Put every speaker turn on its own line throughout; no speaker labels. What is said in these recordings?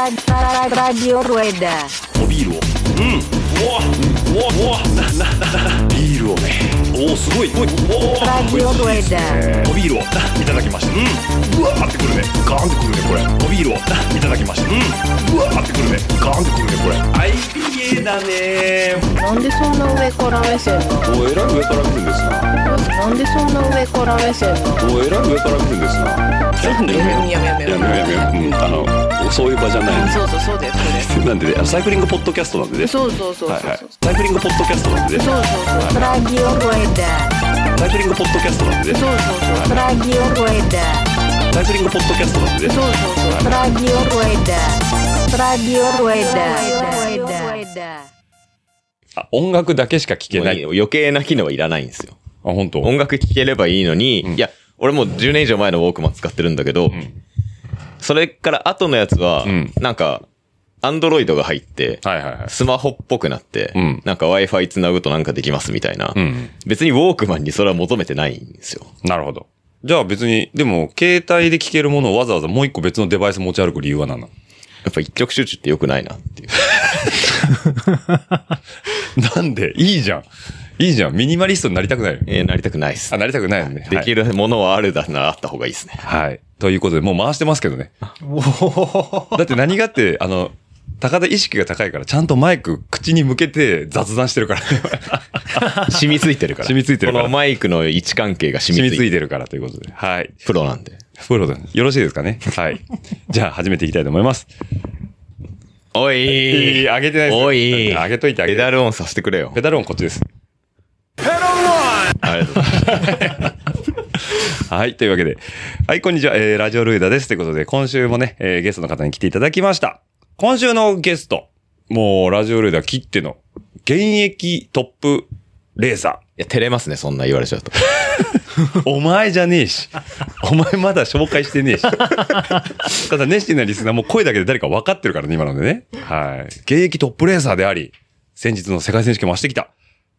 Radio Rueda.
おビールをうんうわうわうわななななビールをねおおすごいおいお
ラジオ
お
声だ
いしいねおビールをないただきましたうんうわーってくるねガーンってくるねこれおビールをないただきましたうんうわーってくるねガーンってくるねこれ IPA だね
なんでそんな上から目線なの
おえらい上から来るんですな
なんでそんな上から目線なの
おえらい上から来るんですなちょっとねやめ
やめやめ
やめやめやめうんあのそういう場じゃない
そうそうそうですそうです
なんでねあのサイクリングポッドキャストなんでね
そうそうそうそう
はいはいサイクリングポッドキャストなんでね
そうそうそう
Radio Rueda.
サイクリングポッドキャストなんでね
そうそうそう
Radio Rueda.
サイクリングポッドキャストなんでね
Radio Rueda. Radio Rueda. Radio Rueda.
あ音楽だけしか聞け
もう
ない
い
い。あ、
余計な機能はいらないんですよ。
本当。
音楽聴ければいいのに、いや、俺もう10年以上前のウォークマン使ってるんだけど、それから後のやつは、
うん
なんか、アンドロイドが入って、
はいはいはい。
スマホっぽくなって、
うん
なんか Wi-Fi 繋ぐとなんかできますみたいな、
うん。
別にウォークマンにそれは求めてないんですよ。
なるほど。じゃあ別に、でも、携帯で聞けるものをわざわざもう一個別のデバイス持ち歩く理由は何なの
やっぱ一極集中って良くないなっていう。
なんでいいじゃん。いいじゃん。ミニマリストになりたくないよね。
えーなりたくないです
あ、。なりたくないよね。
でき
る。
るものはあるだならあった方がいいで すね。
はい。ということで、もう回してますけど ね。だって何がって、あの、高田意識が高いから、ちゃんとマイク口に向けて雑談してるから、ね、
染みついてるから。
染みついてるから
このマイクの位置関係が染
染
み
み
つい
つい
てる。
てるからということで。はい。
プロなんで。
プロで、よろしいですかね。はい。じゃあ始めていきたいと思います。
おい
いいあげてないですよ
おい
あげといてあげ
ペ
て
ダルオンさせてくれよ
ペ。ダル音こっちです。
ありがとうございます。
はい。というわけで。はい、こんにちは。えー、ラジオルエダです。ということで、今週もね、えーゲストの方に来ていただきました。今週のゲスト。もう、ラジオルエダ切っての、現役トップレーサ
いや、照れますね、そんな言われちゃう と。
ー。お前じゃねえし。お前まだ紹介してねえし。ただ、熱心なリスナーも声だけで誰か分かってるからね、今のでね。はい。現役トップレーサーであり、先日の世界選手権を増してきた、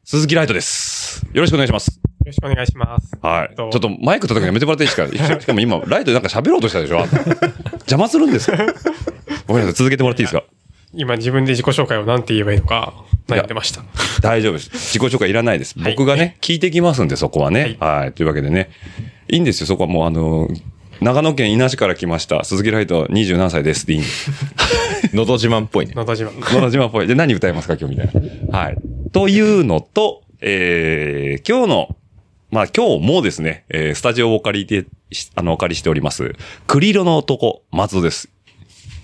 鈴木ライトです。よろしくお願いします。
よろしくお願いします。
はい。ち
ち
ょ
ょ
っ
っ
とマイク叩くのやめてもらっていいですかしかも今、ライトなんか喋ろうとしたでしょあんた邪魔するんですよ。ごめんなさい、続けてもらっていいですか
今自分で自己紹介を何て言えばいいのか悩んでました。
大丈夫です。自己紹介いらないです。
はい
僕がね、聞いてきますんで、そこはね。はい、というわけでね。いいんですよ、そこはもうあのー長野県伊那市から来ました。鈴木ライト27歳です。でいいんです。
のど自慢っぽいね。
のど自慢。
野田島っぽい。で、何歌いますか、今日みたいな。はい。というのと、えー、今日の、まあ今日もですね、えー、スタジオをお借りて、しあの、お借りしております、栗色の男、松戸です。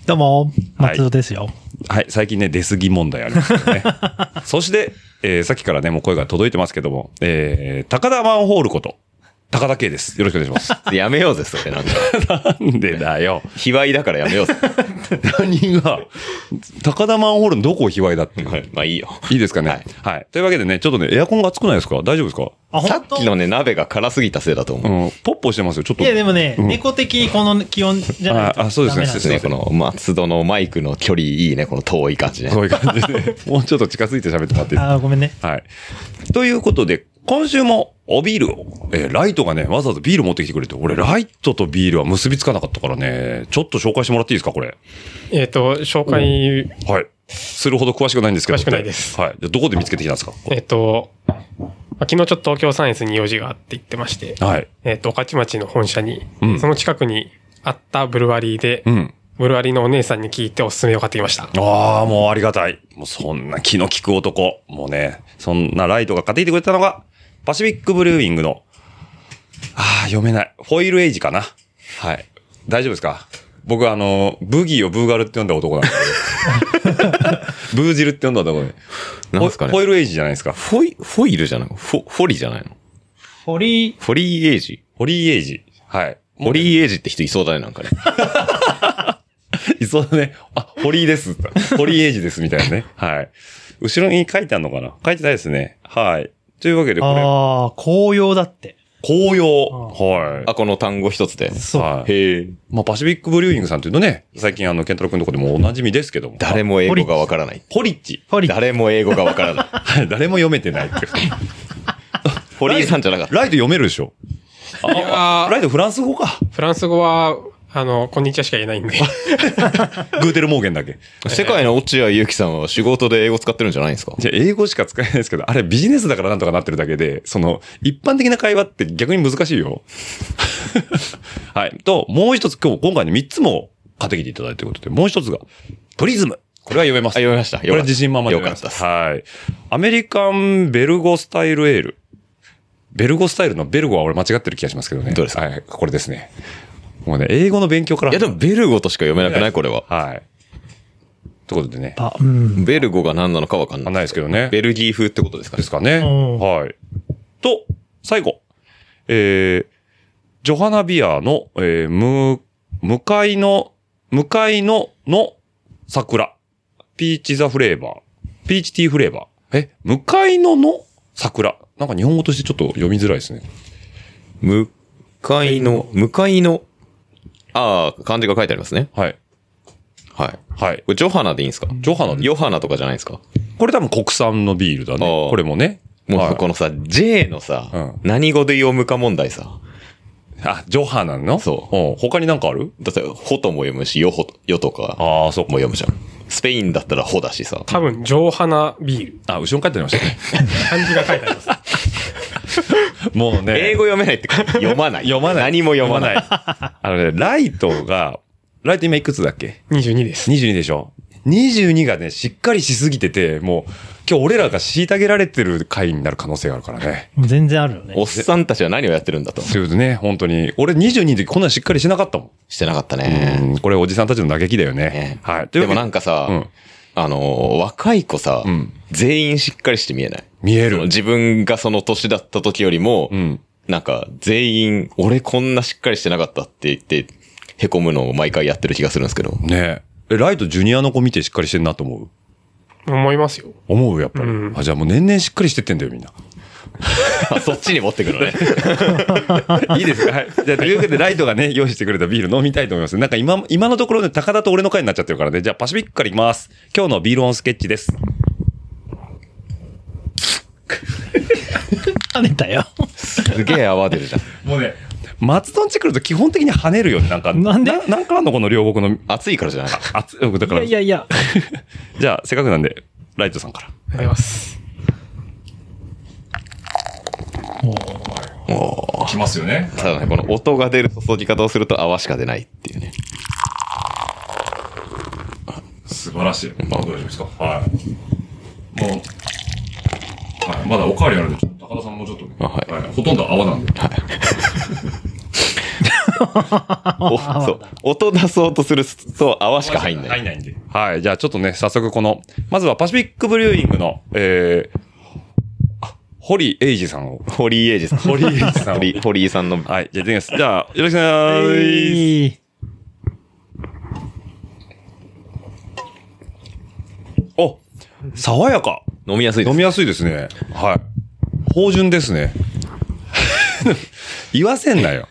どうも、
はい
松戸ですよ。
はい、最近ね、出過ぎ問題ありますよ ね。そして、えーさっきからね、もう声が届いてますけども、えー、高田マンホールこと、高田圭です。よろしくお願いしま
やめようぜ、それなんか。
す。 なんでだよ。
卑猥だからやめようぜ。
何が、高田マンホールのどこを卑猥だっていう。
はいまあいいよ。
いいですかね、は
はいい。
というわけでね、ちょっとね、エアコンが熱くないですか大丈夫ですか
あ、
さっきのね、鍋が辛すぎたせいだと思う。
うん、ポッポしてますよ、ちょっと。
いや、でもね、
うん
猫的にこの気温じゃないと
ああそうですね
ダメなん
そう
ですね、この松戸のマイクの距離いいね、この遠い感じね。
そういう感じで、 もうちょっと近づいて喋ってもらっていいですか
あー、ごめんね。
はい。ということで、今週もおビールを、えーライトがね、わざわざビール持ってきてくれて、俺、ライトとビールは結びつかなかったからね、ちょっと紹介してもらっていいですか、これ。
えっと、紹介、
はい。するほど詳しくないんですけど。
詳しくないです
はい。じゃあどこで見つけてきたんですかこ
えっと、まあ昨日ちょっと東京サイエンスに用事があって行ってまして、
れはい。
えっと、御徒町の本社に
うん、
その近くにあったブルワリーで
う、ん。
ブルワリーのお姉さんに聞いておすすめを買ってきました。
ああ、もうありがたい。もうそんな気の利く男。もうね、そんなライトが買ってきてくれたのが、パシフィックブルーイングの、ああ、読めない。ホイールエイジかな。はい。大丈夫ですか僕あの、ブギーをブーガルって呼んだ男なんです けど。ブージルって呼んだ男で。
なんすかね
ホイホイールエイジじゃないですか。
フォイ、フォイルじゃないのフォ、フォリじゃないの
堀、
フォリーエイジ
ホリーエイジ。はい。
フォリーエイジって人いそうだね、なんか ね。
いそうだね。あ、堀井です。堀井エイジです。みたいなね。はい。後ろに書いてあるのかな書いてないですね。はい。というわけで、これ、
ああ、紅葉だって。
紅葉。
あ
はい。
あ、この単語一つで。
そう。
はい。
へえ。
まあ、パシフィックブリューイングさんというとね、最近あの、ケンタロウ君のとこでもおなじみですけども。
誰も英語がわからない。
ポリッチ。
堀、
誰も英語がわからない。
はい誰も読めてないっていう。
フォリーさんじゃなかった。
ライト読めるでしょ
いやー
ライトフランス語か。
フランス語は、あの、こんにちはしか言えないんで。
グーテルモーゲンだけ。
世界の落合ゆきさんは仕事で英語使ってるんじゃないんですか
じゃあ英語しか使えないですけど、あれビジネスだからなんとかなってるだけで、その、一般的な会話って逆に難しいよ。 はい。と、もう一つ、今日、今回ね、三つも買ってきていただいてることで、もう一つが、プリズム。これは読めます。
あ、読みました。
これは自信満々で
よ
ござ
か
い
っ
ます
たです。
はい。アメリカンベルゴスタイルエール。ベルゴスタイルのベルゴは俺間違ってる気がしますけどね。
どうですか
はい。これですね。もうね、英語の勉強から。
いや、でも、ベルゴとしか読めなくないこれは。
はい。ということでね。
あ、うん。
ベルゴが何なのかわかん
まあ
ない。
ないですけどね。
ベルギー風ってことですか
で
ね
す。かね。
うん
はい。と、最後。えー、ジョハナビアの、えー、む、向かいの、向かいの、の桜。ピーチザフレーバー。ピーチティーフレーバー。え、向かいのの桜。なんか日本語としてちょっと読みづらいですね。
向かいの、向かいの、ああ、漢字が書いてありますね。
はい。
はい。
はい。
これ、ジョハナでいいんですか
ジョハナ
ヨハナとかじゃないですか
これ多分国産のビールだ
あ
ね。
ー
これもね。
も
は
う、
い
このさ、J のさ、
うん
何語で読むか問題さ。
あ、ジョハナの
そ
うん。他になんかある
だって、ホとも読むし、ヨホ、ヨとか、も
ああ、そっか
う。読むじゃん。スペインだったらホだしさ。
多分、上花ビール。
あ、後ろに書いてありましたね。
漢字が書いてあります。
もうね。
英語読めないってか、読まない。
読まない。
何も読まない。
あのね、ライトが、ライト今いくつだっけ
22です。
?22 でしょ ?22 がね、しっかりしすぎてて、もう、今日俺らが虐げられてる回になる可能性があるからね。
全然あるよ
お
ね
っ。さんたちは何をやってるんだと。
そういうことね、本当に。俺22でこんなしっかりしなかったもん。
してなかったね。
うんこれおじさんたちの嘆きだよね
ね。
はい。というわ
で
け
もなんかさ、
うん
あのー、若い子さ、
ん
全員しっかりして見えない。
見え
その
る。
自分がその年だった時よりも、
ん
なんか全員、俺こんなしっかりしてなかったって言って、凹むのを毎回やってる気がするんですけど。
ねえ。ライトジュニアの子見てしっかりしてんなと思う
思いますよ。
思うやっぱり、
うん
あ、じゃあもう年々しっかりしてってんだよ、みんな。
あ そっちに持ってくのね。
いいですか はい。じゃあ、というわけで、ライトがね、用意してくれたビール飲みたいと思います。なんか今、今のところね、高田と俺の会になっちゃってるからね。じゃあ、パシフィックからいきます。今日のビールオンスケッチです。
跳ねたよ。
すげえ泡出るじゃん。
もうね、松戸んち来ると基本的に跳ねるよね。なんか、
なんで
なんかあんのこの両国の、
暑いからじゃない
熱い、だ
い
か
や
ら、
いやいや。
じゃあ、せっかくなんで、ライトさんから。
あります。
来ますよね。
ただね、この音が出る注ぎ方をすると泡しか出ないっていうね。
素晴らしい。まあ、どうですかはい。もう、はい、まだおかわりあるんで、高田さんもうちょっと、
あはい
ほとんど泡なんで。
おそう音出そうとすると泡しか入んない。
ないんで。はい。じゃあちょっとね、早速この、まずはパシフィックブリューイングの、えー、あ、堀英二さんを。
堀井英二さん。
堀井英二さんを。
堀井堀井さんの、
はい。じゃあ、いただきます。じゃあ、よろしくお願いし
い
ます。お、爽やか。
飲みやすいで
飲
す
み。やすいですね。はい。芳醇ですね。 言わせんなよ。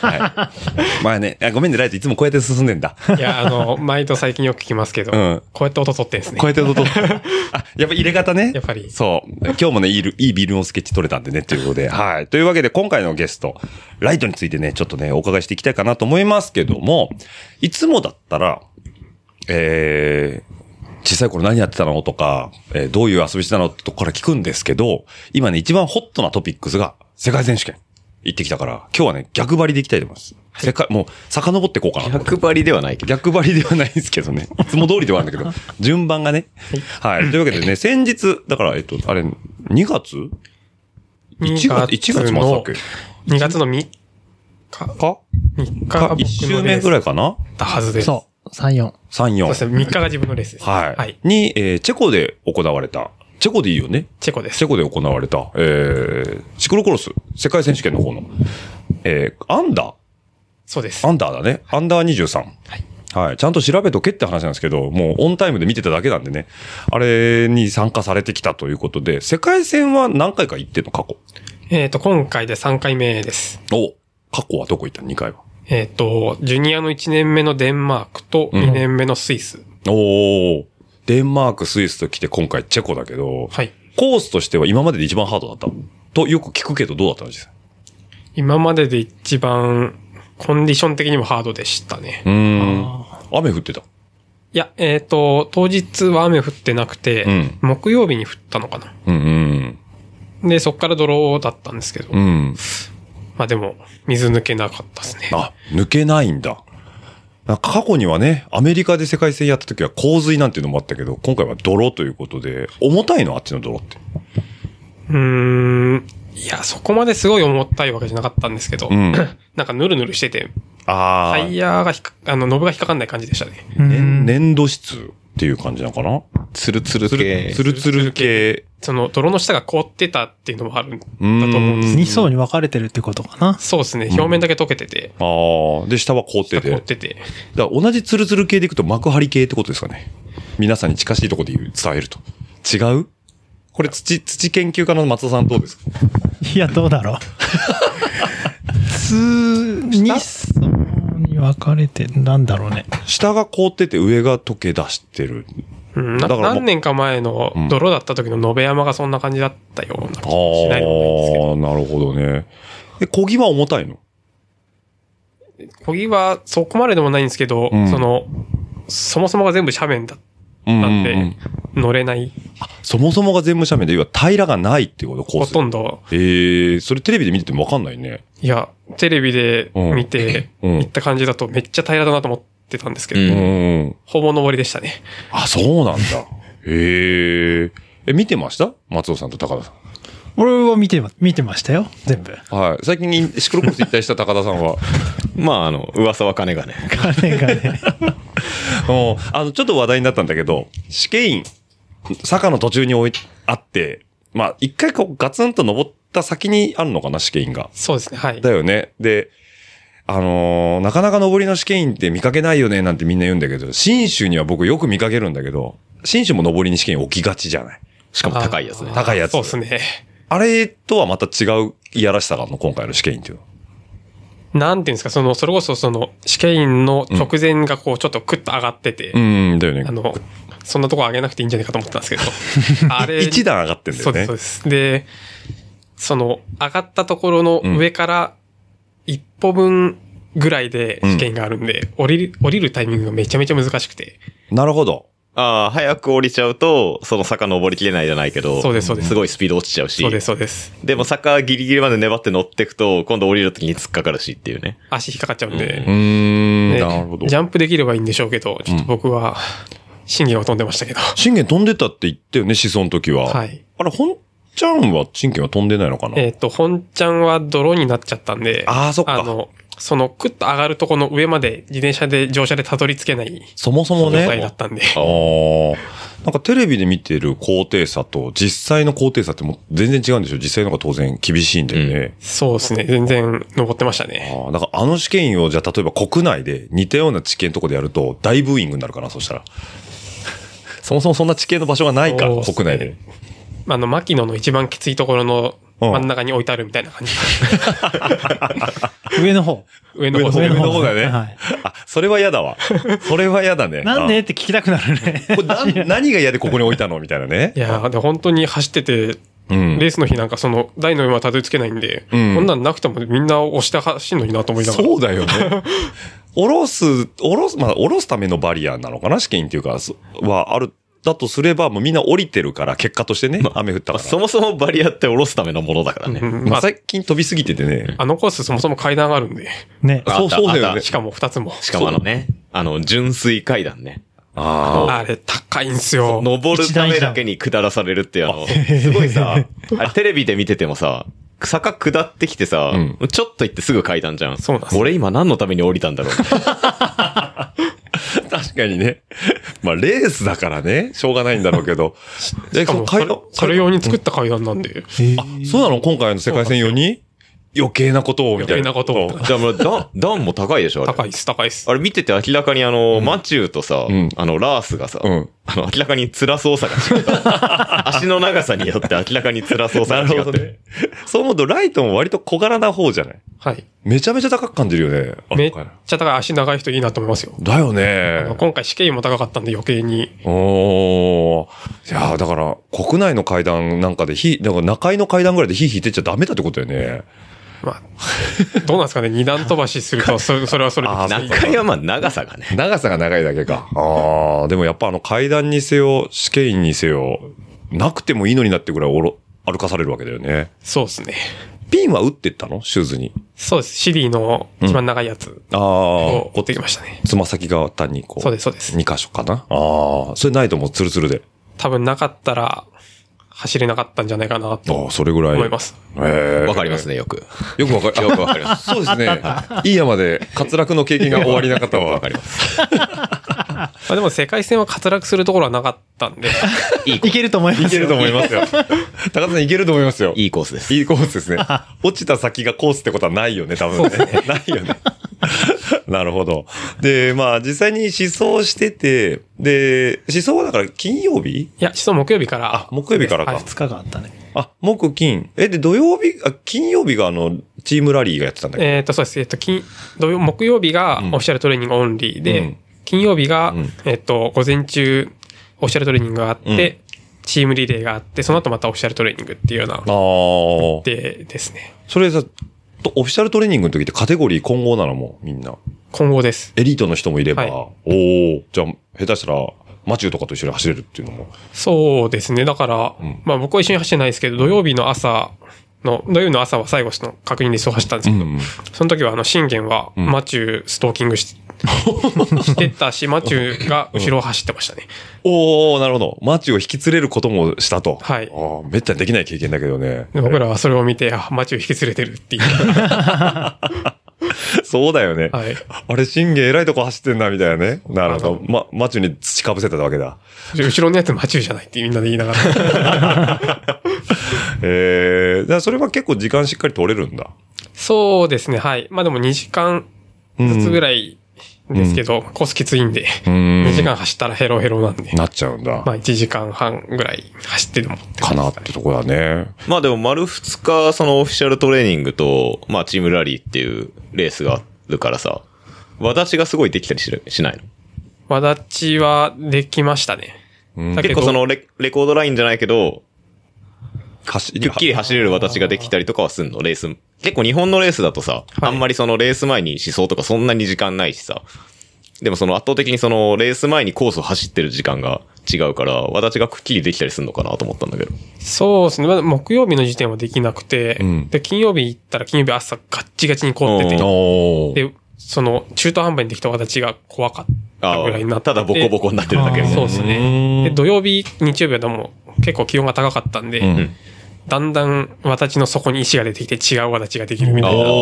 はい。まあね、あごめんね、ライトいつもこうやって進んでんだ。
いや、あの、毎度最近よく聞きますけど、
うん
こうやって音取ってんですね
こう。やって音と。 あ、やっぱ入れ方ね。
やっぱり
そう。今日もね、いいル、いいビールのスケッチ取れたんでね、ということで。はい。というわけで、今回のゲスト、ライトについてね、ちょっとね、お伺いしていきたいかなと思いますけども、いつもだったら、えー、小さい頃何やってたのとか、えーどういう遊びしてたのってとこから聞くんですけど、今ね、一番ホットなトピックスが、世界選手権行ってきたから、今日はね、逆張りでいきたいと思います。世界、もう、遡っていこうかなと思って。
100張りではないけど。
逆張りではないですけどね。 いつも通りではあるんだけど、順番がね。はい。というわけでね、先日、だから、えっと、あれ、2月 ?1 月、1月末だっけ
2月の3
か
日が
か
僕
?1 週目ぐら
らい
いかな
だったはずです。そ
そう。3、4。
?3、4。
うですね。3日が自分のレースです。
はい。
はい。
に、えーチェコで行われた。チェコでいいよね。
チェコです
チェ。コで行われた、えー、シクロクロス、世界選手権の方の、えー、アンダー
そうです
ア。ンダーだね。アンダー23。はい。ちゃんと調べとけって話なんですけど、もうオンタイムで見てただけなんでね。あれに参加されてきたということで、世界戦は何回か行ってんの過去。
えっ、と、今回で3回目です。
お過去はどこ行った ?2 回は。
えっ、と、ジュニアの1年目のデンマークと2年目のスイス。
おー。デンマーク、スイスと来て今回チェコだけど、
はい。
コースとしては今までで一番ハードだった。とよく聞くけどどうだったんです
今までで一番コンディション的にもハードでしたね。
うーん。雨降ってた。
いや、えっ、と、当日は雨降ってなくて、
うん
木曜日に降ったのかな。
うん
で、そっから泥だったんですけど、
うん。うん。
まあでも、水抜けなかったですね。
あ、抜けないんだ。なんか過去にはね、アメリカで世界戦やった時は洪水なんていうのもあったけど、今回は泥ということで、重たいのあっちの泥って。
うーん。いや、そこまですごい重たいわけじゃなかったんですけど、
ん
なんかぬるぬるしてて、
あ
タ
ー
イヤがひっか、あの、ノブが引っかかんない感じでしたね。
粘粘土質っていう感じなのかな
ツルツル系
ツ。ルツル系。
その、泥の下が凍ってたっていうのもあるんだと
うーん
思うんです。
二層に分かれてるってことかな。
そうですね。表面だけ溶けてて、
ああ、で、下は凍ってて。
凍
だ
っ
か
てて。
ら同じツルツル系でいくと幕張系ってことですかね。皆さんに近しいところで言う伝えると。違うこれ土、土研究家の松田さんどうですか
いや、どうだろう。つ、二層に分かれて、なんだろうね。
下が凍ってて上が溶け出してる。
うん、な
だからもう
何年か前の泥だった時の野辺山がそんな感じだったような気が
あ
しないでもないんですけど。
あ、なるほどね。え、小木は重たいの
小木はそこまででもないんですけど、
うん
その、そもそもが全部斜面だったんで、
うんうんうん
乗れない、
そもそもが全部斜面で、要は平らがないってこと、コー
ほ
ス。
とんど、
ええそれテレビで見ててもわかんないね。
いや、テレビで見て、
うん
行った感じだとめっちゃ平らだなと思ってたんですけど、
うん
うん。
ほぼ登りでしたね。
あ、そうなんだ。へえ。え、見てました松尾さんと高田さん。
俺は見てま、見てましたよ。全部。
はい。最近シクロクロス引退した高田さん は。
まあ、あの、噂は金がね。
金がね。
うんあの、ちょっと話題になったんだけど、試験員、坂の途中に置いあって、まあ、一回こうガツンと登った先にあるのかな、試験員が。
そうですね、はい。
だよね。で、あのーなかなか登りの試験員って見かけないよねなんてみんな言うんだけど、新州には僕よく見かけるんだけど、新州も登りに試験員置きがちじゃない。
しかも高いやつね
あー。
高いやつ
そうですね。
あれとはまた違ういやらしさがあるの、今回の試験員っていうのは。
なんていうんですか、その、それこそその、試験員の直前がこう、ちょっとクッと上がってて、
うん、だよね。
あの、そんなとこ上げなくていいんじゃないかと思ってたんですけど、あれ、
一段上がってんだよ
そう
ね
です、そう。です。で、その、上がったところの上から、一歩分ぐらいで試験があるんで、降りる、降りるタイミングがめちゃめちゃ難しくて、
なるほど。
ああ、早く降りちゃうと、その坂登りきれないじゃないけど、
そうですそうです
ごいスピード落ちちゃうし、
そうです、そうです。
でも坂ギリギリまで粘って乗ってくと、今度降りるときに突っかかるしっていうね。
足引っかかっちゃうん
う
で
ん、
うん
で
なるほど
ジ。ャンプできればいいんでしょうけど、ちょっと僕は、信玄を飛んでまし たけど、
信玄飛んでたって言ったよね、思想の時は。
はい。
あれ、本ちゃんは信玄は飛んでないのかな
えっ、と、本ちゃんは泥になっちゃったんで、
あーそっか
あの、その、クッと上がるとこの上まで自転車で乗車でたどり着けない
そもそも
状
ね。
態だったんで、
あーなんかテレビで見てる高低差と実際の高低差ってもう全然違うんでしょ実際の方が当然厳しいんだよね。
そうですね、全然登ってましたね。
ああだからあの試験員をじゃあ例えば国内で似たような地形のとこでやると大ブーイングになるかな、そしたら。そもそもそんな地形の場所がないか、
そうっすね
国内で。
あの、牧野の一番きついところの
うん
真ん中に置いてあるみたい な感じ。
上の方。
上の方
上の方
上の
が
方
ね。
ねはい
あ、それは嫌だわ。それは嫌だ ね。
なんでって聞きたくなるね。
あこれな 何が嫌でここに置いたのみたいなね
い。やーで、本当に走ってて、
うん
レースの日なんかその台の上はたどり着けないんで、
うん
こんなんなくてもみんな押して走るのになと思いながら。
そうだよね。おろす、おろす、まあ、おろすためのバリアなのかな試験っていうか、そはある、だとすれば、もうみんな降りてるから、結果としてね、雨降った
まあ
から。
そもそもバリアって降ろすためのものだからね。
うん
ま
ま
あ、
あ、
最近飛びすぎててね。
あのコースそもそも階段があるんで、
ね。
あ
そう、
った
そうだよ
あ
ね
っ。
しかも二つも。
しかもあのね、あの、純粋階段ね。
あ
あれ高いんすよ。
登るためだけに下らされるっていうあの、
すごいさ。
あれテレビで見ててもさ、坂下ってきてさ、
う
ちょっと行ってすぐ階段じゃん。
そうなんです
俺今何のために降りたんだろう。
あ、確かにね。まあ、レースだからね、しょうがないんだろうけど。え
しかもそれそれ用に作った階段なんで、
あ、そうなの今回の世界戦用に余計なことを、みたいな。
余計なことを
じゃあもう段、段も高いでしょあれ
高いっす、高いっす。
あれ見てて明らかにあの、マチューとさ、
ん
あの、ラースがさ、
うん
あの、明らかに辛そうさが違った。足の長さによって明らかに辛そうさが違ってる。
そう思うと、ライトも割と小柄な方じゃない
はい。
めちゃめちゃ高く感じるよね。あ
め
の
っちゃ高い足長い人いいなと思いますよ。
だよね。
今回試験員も高かったんで余計に。
おー。いやーだから、国内の階段なんかで火、だから中井の階段ぐらいで火引いてっちゃダメだってことよね。
まあ、どうなんですかね 二段飛ばしすると、そそれはそれで
あーそう
中井はまあ長さがね。
長さが長いだけか。ああ、でもやっぱあの階段にせよ、試験にせよ、なくてもいいのになってぐらいおろ歩かされるわけだよね。
そうですね。
ピンは打ってったのシューズに。
そうです。シリーの一番長いやつ
ああ、こ
を持ってきましたね。
うつま先が単にこう。
そうです、そうです。
2箇所かな。ああ、それないともうツルツルで。
多分なかったら、走れなかったんじゃないかなと
ああ、それぐらい。
思います。
ええ
わかりますね、よく。
よくわかる。
よくわかります。
そうですね。いい山で滑落の経験が終わりな方は。わかります。
まあ、でも世界戦は滑落するところはなかったんで、
いけると思います。
いけると思い ますよ。高田さんいけると思いますよ。
いいコースです。
いいコースですね。落ちた先がコースってことはないよね、多分ね。ないよね。なるほど。で、まあ実際に思想してて、で、思想はだから金曜日
いや、思想木曜日から。
あ、木曜日からか。
はい
2日があったね。
あ、木金。え、で、土曜日、あ、金曜日があの、チームラリーがやってたんだけ
えっ、と、そうです。えっ、と、金、土曜、木曜日がオフィシャルトレーニングオンリーで、
うん
金曜日が、
うん
えっ、と、午前中、オフィシャルトレーニングがあって、チームリレーがあって、その後またオフィシャルトレーニングっていうような、
ど。ああ。
でですね。
それさ、とオフィシャルトレーニングの時ってカテゴリー混合なのもうみんな。
今後です。
エリートの人もいれば、
はい
おおじゃあ、下手したら、マチューとかと一緒に走れるっていうのも。
そうですね。だから、
うん
まあ僕は一緒に走ってないですけど、土曜日の朝の、土曜日の朝は最後の確認で一走走ったんですけど、
うん
その時はあの、信玄は、
ん
マチューストーキングししてたし、マチューが後ろを走ってましたね。
おおなるほど。マチューを引き連れることもしたと。
はい
あーめったにできない経験だけど ね。
で僕らはそれを見て、あ、マチュー引き連れてるっていう。
そうだよね。
はい。
あれ、信玄偉いとこ走ってんな、みたいなね。なるほど
あ。
ま、マチューに土かぶせてたわけだ。
後ろのやつマチューじゃないってみんなで言いなが ら。
ええー、だからそれは結構時間しっかり取れるんだ。
そうですね、はい。まあでも2時間ずつぐらいですけど、コースきついんで、
うん
2時間走ったらヘロヘロなんで、
なっちゃうんだ。
まあ1時間半ぐらい走ってでもって
か
感じ
な
です
ってとこだね。
まあでも丸2日、そのオフィシャルトレーニングと、まあチームラリーっていうレースがあるからさ、私がすごいできたりしるしないの
わだちはできましたね。だけ
結
ど
構そのレレコードラインじゃないけど、
走
くっきり走れる私ができたりとかはすんの、レース。結構日本のレースだとさ、あんまりそのレース前に思想とかそんなに時間ないしさ、でもその圧倒的にそのレース前にコースを走ってる時間が違うから、私がくっきりできたりすんのかなと思ったんだけど。
そうですね。まだ木曜日の時点はできなくて、
うん
で、金曜日行ったら金曜日朝ガッチガチに凍って
うん
て、
おー
で、その中途半端にできたわだちが怖かったぐらいにな
あ
って
た
て
だボコボコになってるだけみたいな
そうですね。で、土曜日、日曜日はでも結構気温が高かったんで、
ん
だんだん私の底に石が出てきて違う私ができるみたいな
お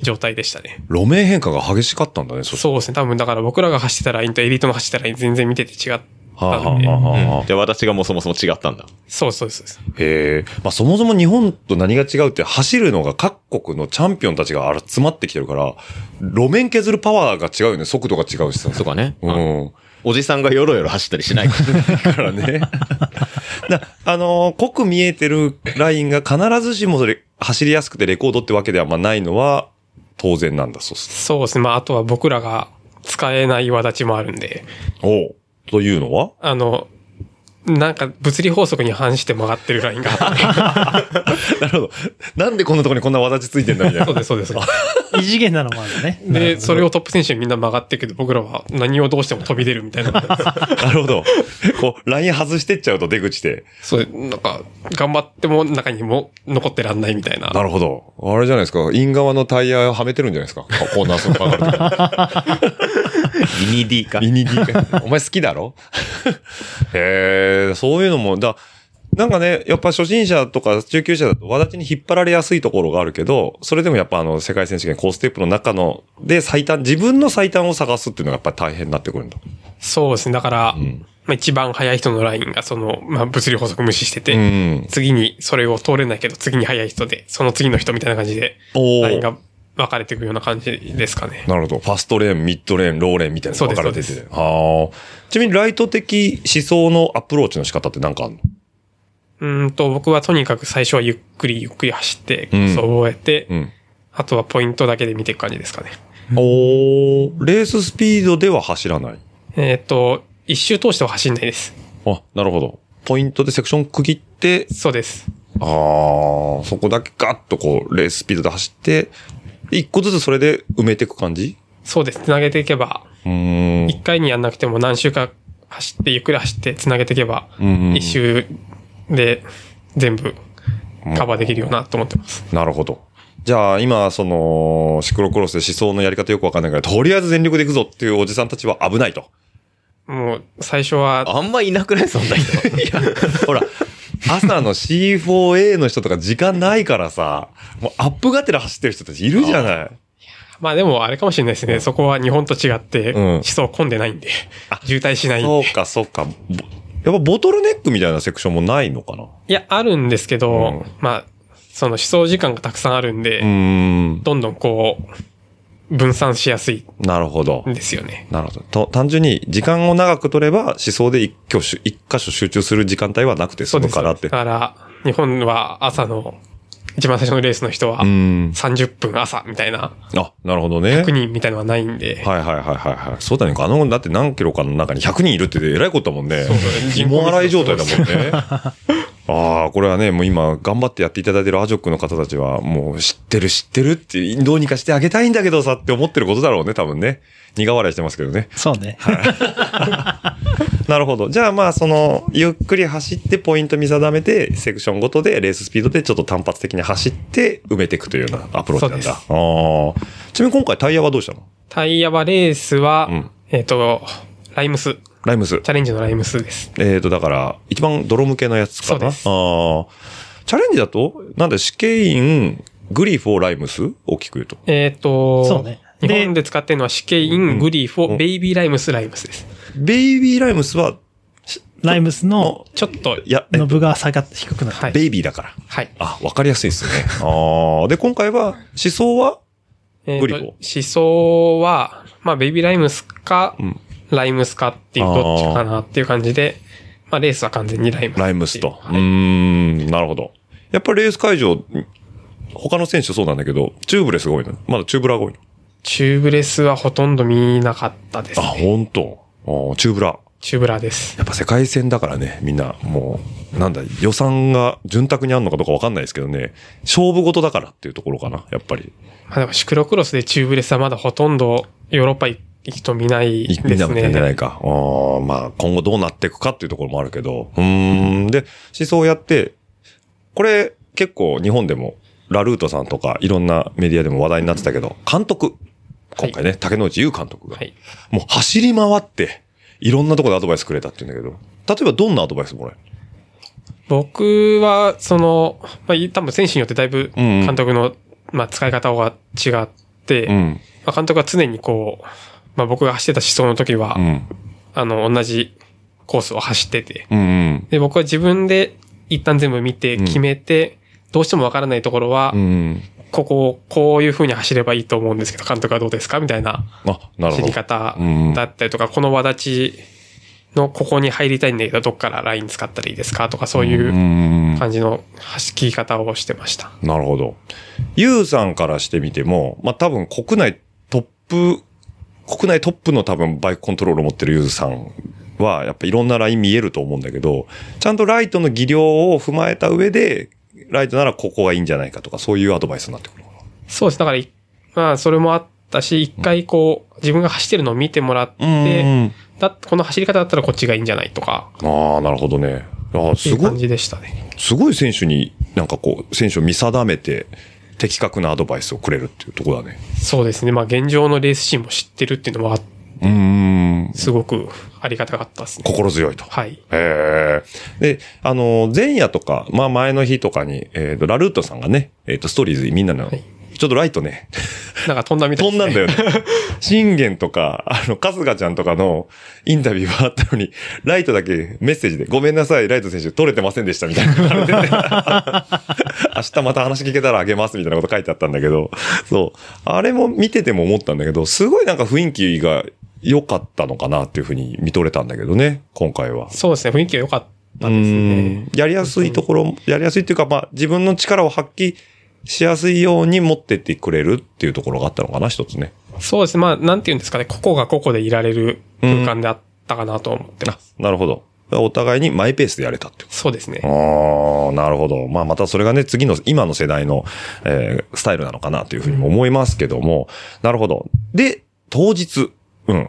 ー
状態でしたね。
路面変化が激しかったんだね、そし
そうですね。多分だから僕らが走ってたラインとエリートの走ってたライン全然見てて違った
はあ、は
んで。
あはあはあ
じゃあ私がもうそもそも違ったんだ。
そうそうそうそう。
へえ。まあそもそも日本と何が違うって走るのが各国のチャンピオンたちが集まってきてるから、路面削るパワーが違うよね。速度が違うし さ。
そうかね。
うん。
おじさんがよろよろ走ったりし ないから。
だ からね。なあのー濃く見えてるラインが必ずしもそれ走りやすくてレコードってわけではまあないのは当然なんだそうです。
そうですね。まああとは僕らが使えないわだちもあるんで、
おうというのは
あの、なんか物理法則に反して曲がってるラインが。
なるほど。なんでこんなとこにこんな技ついてんだみたい
そう
な。
です、そうです。
異次元なのもあるね。
で、それをトップ選手みんな曲がってるけど、僕らは何をどうしても飛び出るみたいな。
なるほど。こう、ライン外してっちゃうと出口で。
そう、なんか、頑張っても中にも残ってらんないみたいな。
なるほど。あれじゃないですか。イン側のタイヤはめてるんじゃないですか。コーナーその曲がるとき
ミニ D か。
ミニ D お前好きだろへえ、そういうのも、だ、なんかね、やっぱ初心者とか中級者だと、わだちに引っ張られやすいところがあるけど、それでもやっぱあの、世界選手権コーステップの中の、で最短、自分の最短を探すっていうのがやっぱり大変になってくるんだ。
そうですね。だから、
ん
まあ一番速い人のラインがその、まあ物理法則無視してて、
うん。
次にそれを通れないけど、次に速い人で、その次の人みたいな感じで、
お
ライン
ー
が分かれていくような感じですかね。
なるほど。ファストレーン、ミッドレーン、ローレーンみたいなのが分かれて
そうで
て。ああ。ちなみにライト的思想のアプローチの仕方って何かあるの
うーんと、僕はとにかく最初はゆっくりゆっくり走って、コースを覚えて、
ん。
あとはポイントだけで見ていく感じですかね。
おーレーススピードでは走らない。
えっ、と、一周通しては走んないです。
あ、なるほど。ポイントでセクション区切って、
そうです。
あー、そこだけガッとこう、レーススピードで走って、一個ずつそれで埋めていく感じ
そうです。つなげていけば、
うーん。
一回にやんなくても何周か走って、ゆっくり走って、つなげていけば、
うん
一周で全部カバーできるよなと思ってます。
なるほど。じゃあ、今、その、シクロクロスで思想のやり方よくわかんないから、とりあえず全力で行くぞっていうおじさんたちは危ないと。
もう、最初は、
あんまいなくないそんな人。
ほら、朝の C4A の人とか時間ないからさ、もうアップがてら走ってる人たちいるじゃない。
まあでもあれかもしれないですね。そこは日本と違って、
うん
思想混んでないんで、渋滞しないん
そう
で。
か、そうか。ぼやっぱボトルネックみたいなセクションもないのかない
や、あるんですけど、
う
まあ、その思想時間がたくさんあるんで、
うーん。
どんどんこう、分散しやすい
なるほど
ん。ですよね。
なるほど。と、単純に時間を長く取れば思想で一挙手、一箇所集中する時間帯はなくて済
そうで
む
す。
からって。
だから、日本は朝の、一番最初のレースの人は
う、ん。
30分朝みたいな、
あ、なるほどね
100。人みたいのはないんで、
はいはいはいはいはい。そうだね。あの、だって何キロかの中に100人いるってえらいことだもんね
そうそう。
人口洗い状態だもんね。ああ、これはね、もう今頑張ってやっていただいてるアジョックの方たちは、もう知ってる知ってるって、どうにかしてあげたいんだけどさって思ってることだろうね、多分ね。苦笑いしてますけどね。
そうね。
なるほど。じゃあまあ、その、ゆっくり走ってポイント見定めて、セクションごとでレーススピードでちょっと単発的に走って埋めていくというようなアプローチなんだ。ああー。ちなみに今回タイヤはどうしたの
タイヤはレースは、
うん
えっ、と、ライムス、チ
ライムス。
ャレンジのライムスです。
えー、と、だから、一番泥向けのやつかな。
そうです
あーチャレンジだと、なんで、試験員、グリフォー、ライムス大きく言うと。
えっ、と、
そうね
日本で使ってるのはシケイン、グリーフォ、
うん
ベイビーライムス、ライムスです。
ベイビーライムスは、
ライムスの
ちょっと、
いや、え
ノブが下がって低くなる。
はい。
ベイビーだから。
はい。
あ、わかりやすいですね。ああ。で、今回は、思想は、
えっ、
グリフォ
と、思想は、まあ、ベイビーライムスか、
うん
ライムスかっていうどっちかなっていう感じで、まあ、レースは完全にライムス。
ライムスと。う
はい
ーん、なるほど。やっぱりレース会場、他の選手そうなんだけど、チューブレスが多いのまだチューブラが多いの
チューブレスはほとんど見なかったです
あ、
ね。
ほんと。あーチューブラ。
チューブラです。
やっぱ世界戦だからね、みんな、もう、なんだ、予算が潤沢にあるのかどうかわかんないですけどね、勝負事だからっていうところかな、やっぱり。
まあでもシクロクロスでチューブレスはまだほとんどヨーロッパ行くと見ないで
い
す
みんなもいいんじゃな
ね。
いか。あーまあ、今後どうなっていくかっていうところもあるけど。うーん。で、思想をやって、これ、結構日本でも、ラルートさんとか、いろんなメディアでも話題になってたけど、監督。今回ね、竹野内優監督が、
はい。
もう走り回って、いろんなところでアドバイスくれたって言うんだけど、例えばどんなアドバイスもらえる
僕は、その、まあ、多分選手によってだいぶ
うんうん
監督の、まあ、使い方が違って、ま
ん。
あ、監督は常にこう、まあ、僕が走ってた思想の時は、
うん。
あの、同じコースを走ってて、
うんうん。
で、僕は自分で一旦全部見て
うん
決めて、どうしてもわからないところは、
うん。
ここをこういう風に走ればいいと思うんですけど、監督はどうですかみたいな
あ、なる
知
ほ
り
ど。
方
うん
だったりとか、この輪立ちのここに入りたいんだけど、どっからライン使ったらいいですかとか、そ
う
ういうん感じの走り方をしてました。
なるほど。ユウさんからしてみても、まあ、多分国内トップ、国内トップの多分バイクコントロールを持ってるユウさんは、やっぱいろんなライン見えると思うんだけど、ちゃんとライトの技量を踏まえた上で、ライトならここがいいんじゃないかとか、そういうアドバイスになってくるのか
そうです。だからい、まあ、それもあったし、一回こう、自分が走ってるのを見てもらっ
な。
て、
ん。
だこの走り方だったらこっちがいいんじゃないとか、
ああ、なるほどね。ああ、
っ
す
ていう
ご
感
い、
じでしたね。
すごい選手に、なんかこう、選手を見定めて、的確なアドバイスをくれるっていうところだね。
そうですね。まあ、現状のレースシーンも知ってるっていうのは、
うーん。
すごくありがたかったですね。
心強いと。
はい。
ええで、あの、前夜とか、まあ前の日とかに、えっ、と、ラルートさんがね、えっ、と、ストーリーズみんなの、
はい
ちょっとライトね、
なんか飛んだみたい
飛
です
ん
ね
だん だよね。信玄とか、あの、春日ちゃんとかのインタビューはあったのに、ライトだけメッセージで、ごめんなさい、ライト選手取れてませんでした、み たいなのが出て。明日また話聞けたらあげます、みたいなこと書いてあったんだけど、そう。あれも見てても思ったんだけど、すごいなんか雰囲気が良かったのかなっていうふうに見とれたんだけどね、今回は。
そうですね。雰囲気が良かったですね。
うんやりやすいところ、やりやすいっていうか、まあ、自分の力を発揮しやすいように持ってってくれるっていうところがあったのかな、一つね。
そうですね。まあ、なんて言うんですかね。個々が個々でいられる空間であったかなと思ってます。
なるほど。お互いにマイペースでやれたってこと
そうですね。
ああ、なるほど。まあ、またそれがね、次の、今の世代の、えースタイルなのかなというふうにも思いますけども、なるほど。で、当日、うん。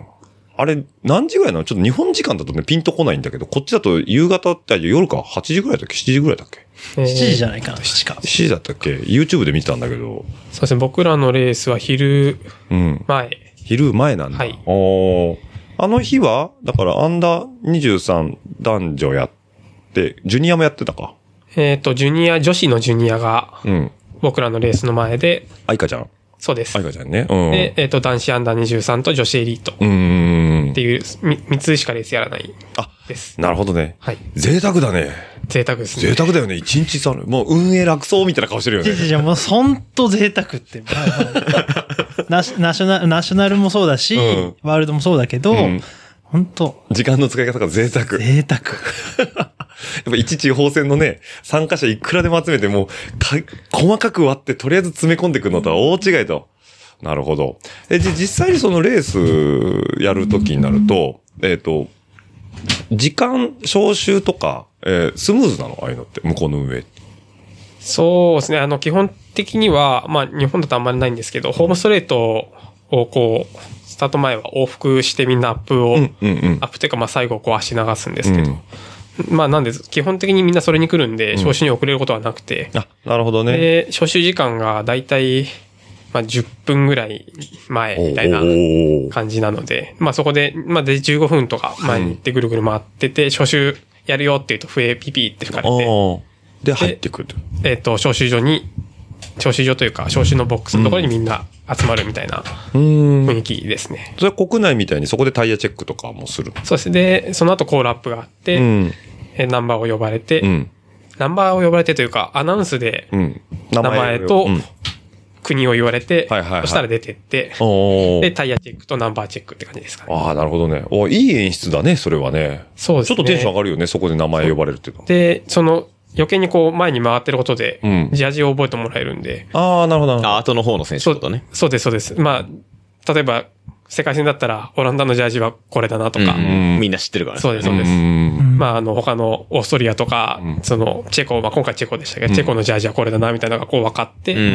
あれ、何時ぐらいなのちょっと日本時間だとね、ピンとこないんだけど、こっちだと夕方って、あ夜か、8時ぐらいだっけ ?7 時ぐらいだっけ
えー
7時じゃないかな、7か
?7。時だったっけ ?YouTube で見てたんだけど、
そうですね。僕らのレースは昼
うん。
前。
昼前なんだ。
はい
おーあの日は、だから、アンダー23男女やって、ジュニアもやってたか。
えっ、と、ジュニア、女子のジュニアが
うん。
僕らのレースの前で、
愛花ちゃん。
そうです
愛。花ちゃんね。うん。
で、えっ、と、男子アンダー23と女子エリートっ
うーん
て。いう、み3つしかレースやらない
あ、
です。
なるほどね。
はい。
贅沢だね。
贅沢ですね。
贅沢だよね。一日さ、もう運営楽そうみたいな顔してるよ
じゃ
ね。
じゃもう、ほんと贅沢って。ナシナショナル、ナショナルもそうだし、
うん
ワールドもそうだけど、
うん
ほんと、
時間の使い方が贅沢。やっ
贅 沢。
ぱ一地方選のね、参加者いくらでも集めて、もうか、細かく割って、とりあえず詰め込んでくるのとは大違いと。なるほど。え、じ、実際にそのレースやるときになると、えっ、と、時間、招集とか、えースムーズなのああいうのって、向こうの運営。
そうですね。あの、基本的には、まあ、日本だとあんまりないんですけど、ホームストレートをこう、スタート前は往復してみんなアップを、
うん、うん、うん
ア。ップというか、まあ、最後こう足流すんです
う
け
ん
ど、まあ、なんで、基本的にみんなそれに来るんで、招集に遅れることはなくて、
あ、なるほどね。
で、招集時間がだいたい、まあ、10分ぐらい前みたいな
おー
感じなので、まあ、そこで、まあ、で、15分とか前に行ってぐるぐる回ってて、招集やるよっていうと、笛ピピって吹かれて、
ああ。で、入ってくる。
えっ、と、招集所に、招集所というか、招集のボックスのところにみんな集まるみたいな
うん。
雰囲気ですね。
それは国内みたいにそこでタイヤチェックとかもする。
そうですね。で、その後コールアップがあって、
うん。
えーナンバーを呼ばれて、
うん。
ナンバーを呼ばれてというか、アナウンスで
うん。
名前と
うん
国を言われて、
はいはいはい
そしたら出てって、
お
で、
ー
タイヤチェックとナンバーチェックって感じですかね。
ああ、なるほどね。おいい演出だね、それはね。
そうです
ちょ
ね。
っとテンション上がるよね、そこで名前呼ばれるっていうのは。
で、その、余計にこう、前に回ってることで、
うん
ジャージを覚えてもらえるんで、
ああ、なるほど。なるほど
あ、後の方の選手
そ
の
う
ことね。
そうです、そうです。まあ、例えば、世界戦だったら、オランダのジャージはこれだなとか、
うんみんな知ってるからね。
そうです、そうです。
うん
まあ、あの、他のオーストリアとか、
うん
その、チェコ、まあ、今回チェコでしたけど、チェコのジャージはこれだな、みたいなのがこう分かって、
うん。
う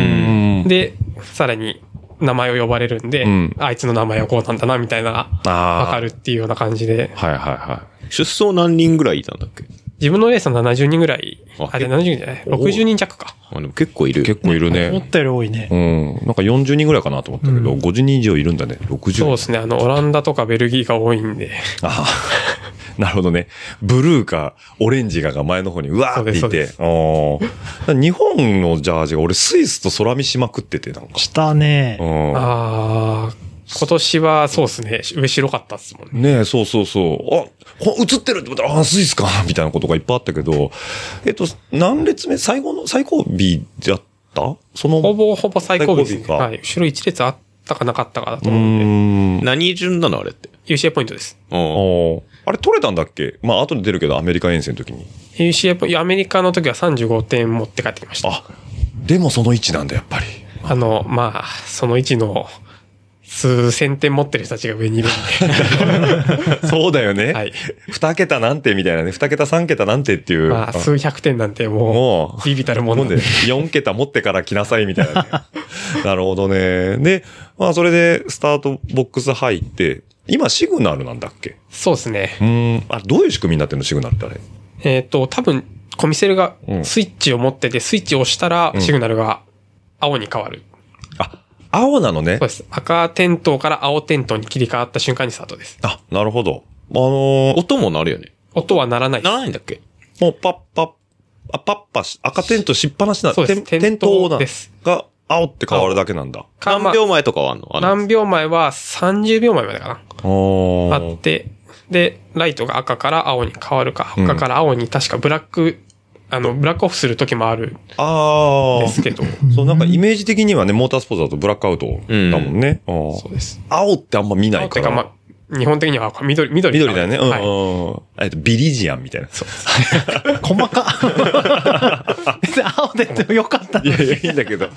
ん
で、さらに、名前を呼ばれるんで、
うん
あいつの名前はこうなんだな、みたいなのが
あー
分かるっていうような感じで、
はいはいは
出走何人ぐらいいたんだっけ
自分のレースは70人ぐらい、
あ
あれ70人じゃない ?60 人弱か。
あ、でも結構いる
い。
よ。
結構いる
思
ね
っ。たより多いね
う。ん。なんか40人ぐらいかなと思ったけど、50人以上いるんだね。60
そうですね、あの、オランダとかベルギーが多いんで、
ああ。 なるほどね。ブルーかオレンジかが前の方にうわーって
そ
いう
で
て
す。
ああ日本のジャージが俺スイスと空見しまくっててなんか。
したね
う。ん
あー今年はそうですね、上白かったっすもんね。
ねえ、そうそうそう。あ、こ映ってるってことああ、スイスか みたいなことがいっぱいあったけど、えっと、何列目最後の、最後尾だったその、
ほ
う
ぼほぼ最後尾ですね
最後尾か
はい。後ろ1列あったかなかったかだと
ー
思うんで、
ん。あ
何順なのあれって。
UCA ポイントです。
うん
ああれ取れたんだっけまあ、後で出るけど、アメリカ遠征の時に。
UCA ポイント、アメリカの時は35点持って帰ってきました。あ
あ、でもその位置なんだ、やっぱり。
の、まあ、その位置の数千点持ってる人たちが上にいるん
そうだよね。
で、はい。
二桁なんてみたいなね。二桁三桁なんてっていう。
まあ、数百点なんても
も
う、ビビたる
う、
も
も
の
ん
で
で、。4桁持ってから来なさいみたい なね、なるほどね。で、まあ、それで、スタートボックス入って、今、シグナルなんだっけ
そうですね。
うーん。あ、どういう仕組みになってんのシグナルってあれ。
えっ、と、多分、コミセルが
うん
スイッチを持ってて、スイッチを押したら
う、ん
シグナルが青に変わる。
あ、青なのね
そう。です。赤点灯から青点灯に切り替わった瞬間にスタートです。
あ、なるほど。あのー、
音も鳴るよね。
音は鳴らないです
ならないんだっけ
もうパッパッ、あ、パッパし、赤テントしっぱなしな、
そうです
てん
点灯
なん
です
が、青って変わるだけなんだ。
かま
何
あ
秒前とかはあんのあの
何秒前は30秒前までか
お
な。あって、で、ライトが赤から青に変わるか、
うん
赤から青に確かブラック、あの、ブラックオフする時もあるん
あ
で
ー
すけど、
そう、なんかイメージ的にはね、モータースポーツだとブラックアウトだもんね。うん
そうです。
青ってあんま見な
青
い
っ
か。
ていうからまあ、日本的には緑、緑
緑だよね。うん、
はい
うん。えっと、ビリジアンみたいな。そう。
細か。 別に青でてもよかった
い。やいや、いいんだけど。だっ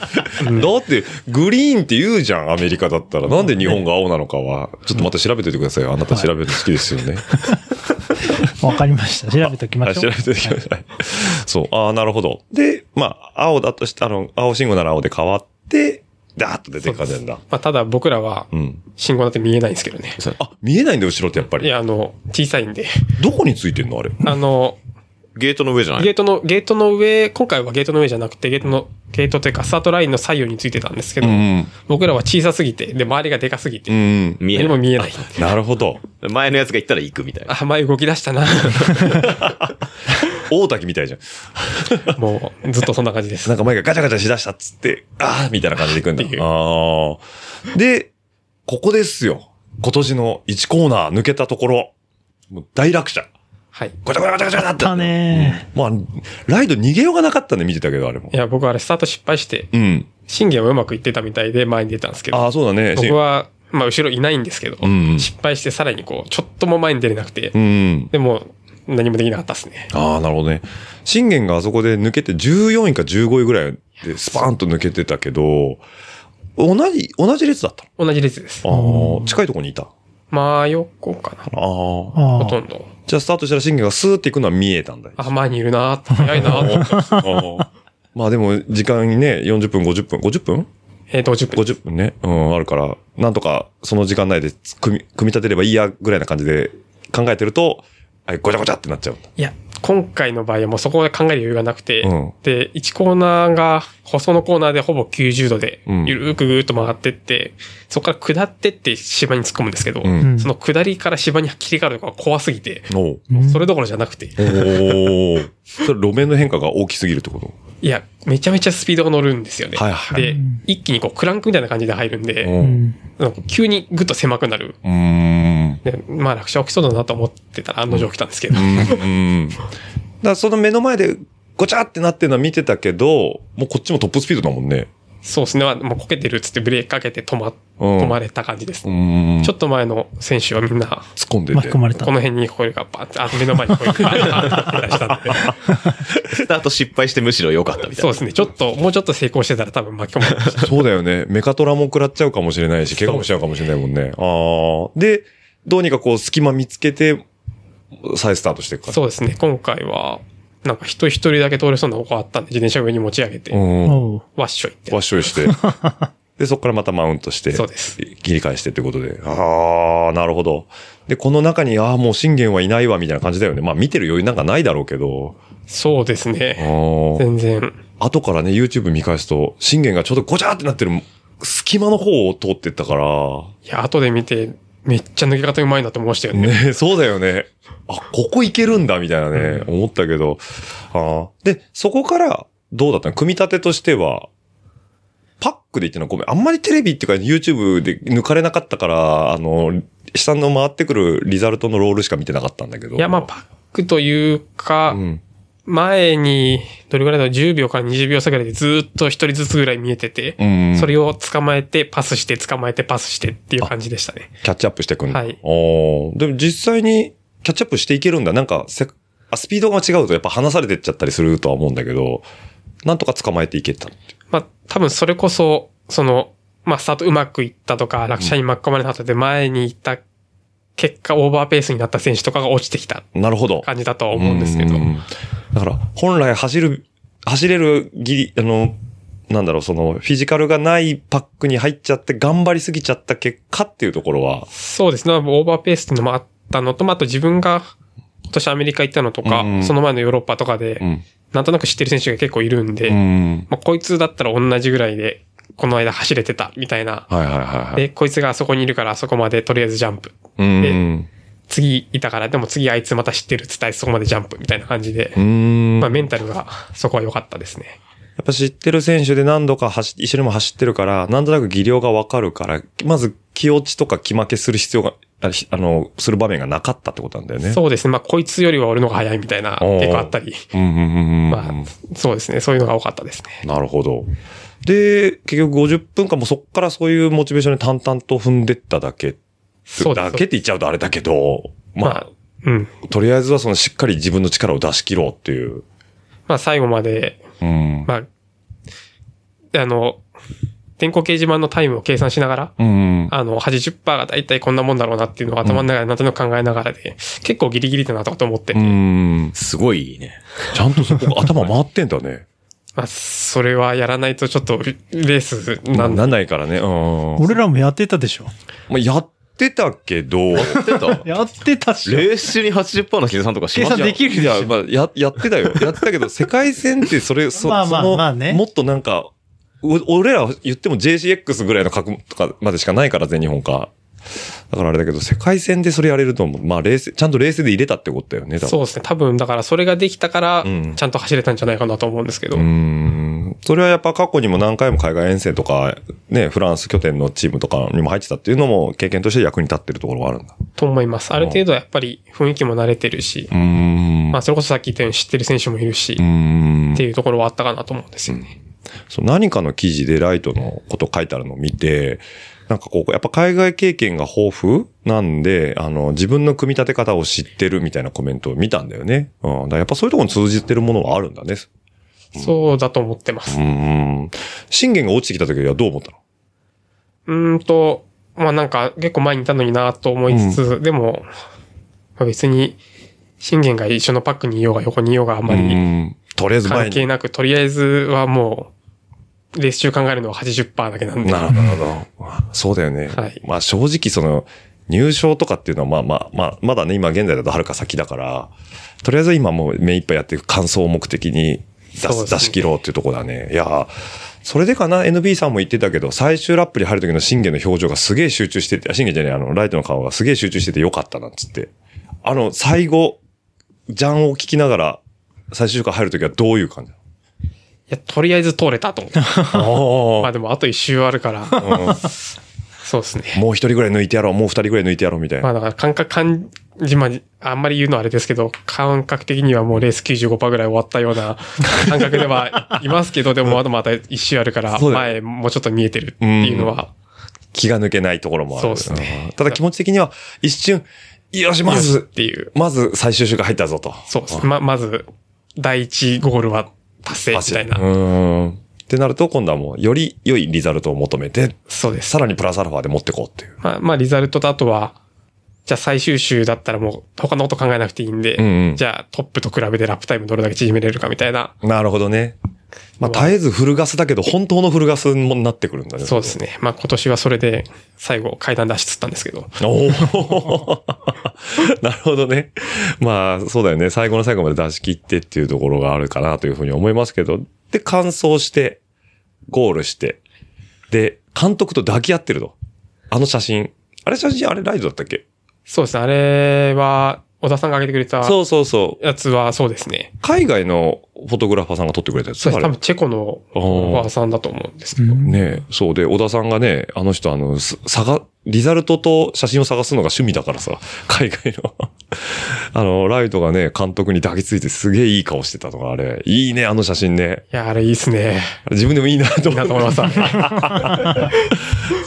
て、グリーンって言うじゃん、アメリカだったら。なんで日本が青なのかは。ちょっとまた調べておいてくださいよ。あなた調べるの好きですよね。
わかりました。調べときま
はい、
しょ
調
う
べ。ておいてください。そう。ああ、なるほど。で、まあ、青だとして、あの、青信号なら青で変わって、ダーッと出てく感じなんだ。
まあ、ただ僕らは
うん。
信号なんて見えないんですけどね。
あ、見えないんだ、後ろってやっぱ
い
り。
や、あの、小さいんで。
どこについてん のあれ。
あの、
ゲートの上じゃない
ゲートの、ゲートの上、今回はゲートの上じゃなくて、ゲートの、ゲートというか、スタートラインの左右についてたんですけど、
うん。
僕らは小さすぎて、で、周りがでかすぎて、
うん。
見え
何
な
も
い。
見えない。
なるほど。
前のやつが行ったら行くみたいな。
あ、前動き出し たな。
大滝みたいじゃん。
もう、ずっとそんな感じです
な。んか前がガチャガチャしだしたっつって、ああみたいな感じで行くんだ。
っていう
ああ。で、ここですよ。今年の1コーナー抜けたところ。もう大落車。
はい。
ごちゃごちゃごちゃごちゃなって。
だね
まあ、ライド逃げようがなかったんで見てたけど、あれも
い。や、僕はあれ、スタート失敗して、
うん。
信玄はうまくいってたみたいで前に出たんですけ
あ
ど、
あ、そうだね。
僕は、まあ、後ろいないんですけど、
うんうん
失敗してさらにこう、ちょっとも前に出れなくて、
うん。
でも、何もできなかったですね。
ああ、なるほどね。信玄があそこで抜けて14位か15位ぐらいでスパーンと抜けてたけど、同じ、同じ列だった
同じ列です。
のああ、近いとこにいた。あ
真横か
あ。
な。
あ
ほ
あ
とんど。
じゃあスタートしたら信玄がスーって行くのは見えたんだよ。
あ、前にいるなー早 いなー
あまあでも、時間にね、40分、50分、50分
えっと、10分。
?50 分ね。うん、あるから、なんとか、その時間内で組み、組み立てればいいや、ぐらいな感じで考えてると、あごちゃごちゃってなっちゃうんだ。
いや、今回の場合はもうそこで考える余裕がなくて、
うん
で、1コーナーが、細のコーナーでほぼ90度で
うん、
ゆるーくぐーっと曲がってって、そこから下ってって芝に突っ込むんですけど、
うん。
ん
その下りから芝に切り替わるのが怖すぎて、
おう
うん
それどころじゃなくて、
おーそれ路面の変化が大きすぎるってこと
いや、めちゃめちゃスピードが乗るんですよね。
はいはい
で、一気にこうクランクみたいな感じで入るん
う
で、
ん。う
なんか急にぐっと狭くなる。
ーん。
でまあ楽勝起きそうだなと思ってたら案の定来たんですけど、
うん。だからその目の前でごちゃってなってるのは見てたけど、もうこっちもトップスピードだもんね。
そうですね、まあもうこけてるっつってブレーキかけて止ま、
うん
止まれた感じです
う。ん。
ち
ちょ
ょっと前の選手はみんな、
っと突っ込んでて。
巻き込まれた
こ。の辺にホイールがバーって、あ、目の前にホイールがバーって出したんで。
スタート失敗してむしろ良かっ たみたい
そう
な。
ですね。ちょっと、もうちょっと成功してたら多分巻き込まれま した。
そうだよね。メカトラも食らっちゃうかもしれないし、怪我もしちゃうかもしれないもんね。ああ。で、どうにかこう隙間見つけて、再スタートしていくから。
そうですね。今回は、なんか人一人だけ通れそうなとこあったんで、自転車上に持ち上げて、
うん。
おう
わっしょいって。
わっしょい して。で、そこからまたマウントして。
そうです
切り返してってことで。ああ、なるほど。で、この中に、ああ、もう信玄はいないわ、みたいな感じだよね。まあ見てる余裕なんかないだろうけど。
そうです
あ
ね。
ー
全然。
後からね、YouTube 見返すと、信玄がちょっとごちゃってなってる隙間の方を通ってったから、
いや、後で見て、めっちゃ抜け方うまいなと思いましたよね。
ね、 そうだよね。あ、ここ行けるんだ、みたいなね、思ったけど。あーで、そこから、どうだったの組み立てとしては、パックで言ってんのごめん。あんまりテレビっていうか YouTube で抜かれなかったから、あの、下の回ってくるリザルトのロールしか見てなかったんだけど。
いや、まあ、パックというか、
うん。
前に、どれぐらいだろう、10秒から20秒差ぐらいでずーっと一人ずつぐらい見えてて、
うん。
それを捕まえて、パスして、捕まえて、パスしてっていう感じでしたね。
キャッチアップしてくんだ。
はい
おーでも実際にキャッチアップしていけるんだ。なんかせあ、スピードが違うとやっぱ離されてっちゃったりするとは思うんだけど、なんとか捕まえていけた。
まあ、多分それこそ、その、まあ、スタートうまくいったとか、落車に巻き込まれなかったで前に行った結果、オーバーペースになった選手とかが落ちてきた
なるほど。
感じだとは思うんですけど、
うんだから、本来走る、走れるぎり、あの、なんだろう、その、フィジカルがないパックに入っちゃって頑張りすぎちゃった結果っていうところは、
そうですね、オーバーペースっていうのもあったのと、まあ、あと自分が今年アメリカ行ったのとか、
うん
その前のヨーロッパとかで、
うん。
なんとなく知ってる選手が結構いるんで、
うん。
まあ、こいつだったら同じぐらいで、この間走れてたみたいな。
はいはいはいはい。
で、こいつがあそこにいるから、あそこまでとりあえずジャンプ。
うん。
次いたから、でも次あいつまた知ってる伝え、そこまでジャンプみたいな感じで
う、ん。
まあメンタルがそこは良かったですね。
やっぱ知ってる選手で何度か走一緒にも走ってるから、なんとなく技量がわかるから、まず気落ちとか気負けする必要が、あひあの、する場面がなかったってことなんだよね。
そうですね。まあこいつよりは俺の方が早いみたいな
おー
結構あったり、
う。うんうんうんうん。
まあそうですね。そういうのが多かったですね。
なるほど。で、結局50分間もそっからそういうモチベーションに淡々と踏んでっただけ。
そうで
だ
す。
けって言っちゃうとあれだけど、ま
ま
あ、
あ、うん。
とりあえずはそのしっかり自分の力を出し切ろうっていう。
まあ最後まで、
うん。
まあ、あの、電光掲示板のタイムを計算しながら、
うん。
あの、80%が大体こんなもんだろうなっていうのを頭の中でなんとなく考えながらで、結構ギリギリだなとかと思ってて、
うん。
すごいね。
ちゃんとそこ頭回ってんだね。
まあ、それはやらないとちょっとレース な
なん
んだ。
なんないからね。うん。
俺らもやってたでしょ。
まあ、やってたけど、
やってた
やってたっしょ。
レース中に80%の計算とかし
計
ま
算
す
できる
い
でし
や、
ょ。
まあ、や、やってた よ。やってたけど、世界戦ってそれ、そ、
まあまあ
その
まあね
もっとなんか、お俺ら言っても JCX ぐらいの格とかまでしかないから、全日本か。だからあれだけど、世界戦でそれやれると思う。まあ、冷静、ちゃんと冷静で入れたってことだよね、多分
そうですね。多分、だからそれができたから
うん、
ちゃんと走れたんじゃないかなと思うんですけど。
うーんそれはやっぱ過去にも何回も海外遠征とか、ね、フランス拠点のチームとかにも入ってたっていうのも経験として役に立ってるところがあるんだ。
と思います。ある程度やっぱり雰囲気も慣れてるし
う、ーん。
まあそれこそさっき言ったように知ってる選手もいるし、
うーん
っていうところはあったかなと思うんですよね。
そう何かの記事でライトのこと書いてあるのを見て、なんかこう、やっぱ海外経験が豊富なんで、あの、自分の組み立て方を知ってるみたいなコメントを見たんだよね。うん。だからやっぱそういうところに通じてるものはあるんだね。
そうだと思ってま
う
す。
ーん。信玄が落ちてきた時はどう思ったの
うーんと、まあなんか結構前にいたのになと思いつつ、でも、まあ別に、信玄が一緒のパックにいようが横にいようがあんま
う
り
ーんとりあえず前
関
に。
係なく、とりあえずはもう、レース中考えるのは80%だけなんで。
なるほどなるほど。そうだよね。
はい
まあ正直その、入賞とかっていうのはまあまあまあ、まだね、今現在だとはるか先だから、とりあえず今もう目いっぱいやって完走を目的に出,、
そうです
出
ね
し切ろうっていうところだね。いやーそれでかな、NB さんも言ってたけど、最終ラップに入る時の信玄の表情がすげえ集中してて、あ信玄じゃねえ、あの、ライトの顔がすげえ集中しててよかったなんつって。あの、最後、ジャンを聞きながら、最終回入る時はどういう感じなの
いや、とりあえず通 れたと思って。
あー
まあでもあと一周あるから、
うん
そうですね。
もう一人ぐらい抜いてやろう、もう二人ぐらい抜いてやろうみたい
ま
な。
あだから感覚、感じ、まあ、あんまり言うのはあれですけど、感覚的にはもうレース95%ぐらい終わったよ うな感覚ではいますけど、でもあとまた一周あるから、
そうだ
前もうちょっと見えてるっていうのは、
気が抜けないところもある。
そうですね
うんただ気持ち的には、一瞬、よし、ま
よしっ
ず、
ていう。
まず最終週が入ったぞと。
そうですね。ま、まず、第一ゴールは達成みたいな。
うーん。ってなると、今度はもう、より良いリザルトを求めて、
そうです。
さらにプラスアルファで持ってこうっていう。
まあ、まあ、リザルトとあとは、じゃあ最終週だったらもう他のこと考えなくていいんで、
うんうん
じゃあトップと比べてラップタイムどれだけ縮めれるかみたいな。
なるほどね。まあ、絶えずフルガスだけど、本当のフルガスになってくるんだね。
そうですね。まあ今年はそれで最後階段出しつったんですけど。
おお なるほどね。まあ、そうだよね。最後の最後まで出し切ってっていうところがあるかなというふうに思いますけど、で、完走して、ゴールして、で、監督と抱き合ってると。あの写真。あれ写真、あれライドだったっけ
そうですね。あれは、小田さんが挙げてくれた
そうそうそう。
やつはそうですね。
海外のフォトグラファーさんが撮ってくれたやつ。
そうです。
あ
多
れ
分チェコのおばあさんだと思うんですけ
う
ど。
ん
ねえ、そうで、小田さんがね、あの人、あの、す探、リザルトと写真を探すのが趣味だからさ、海外の。 あの、ライトがね、監督に抱きついてすげえいい顔してたとか、あれ。いいね、あの写真ね。
いや、あれいいっすね。
自分でもいいなと思
なと思いました。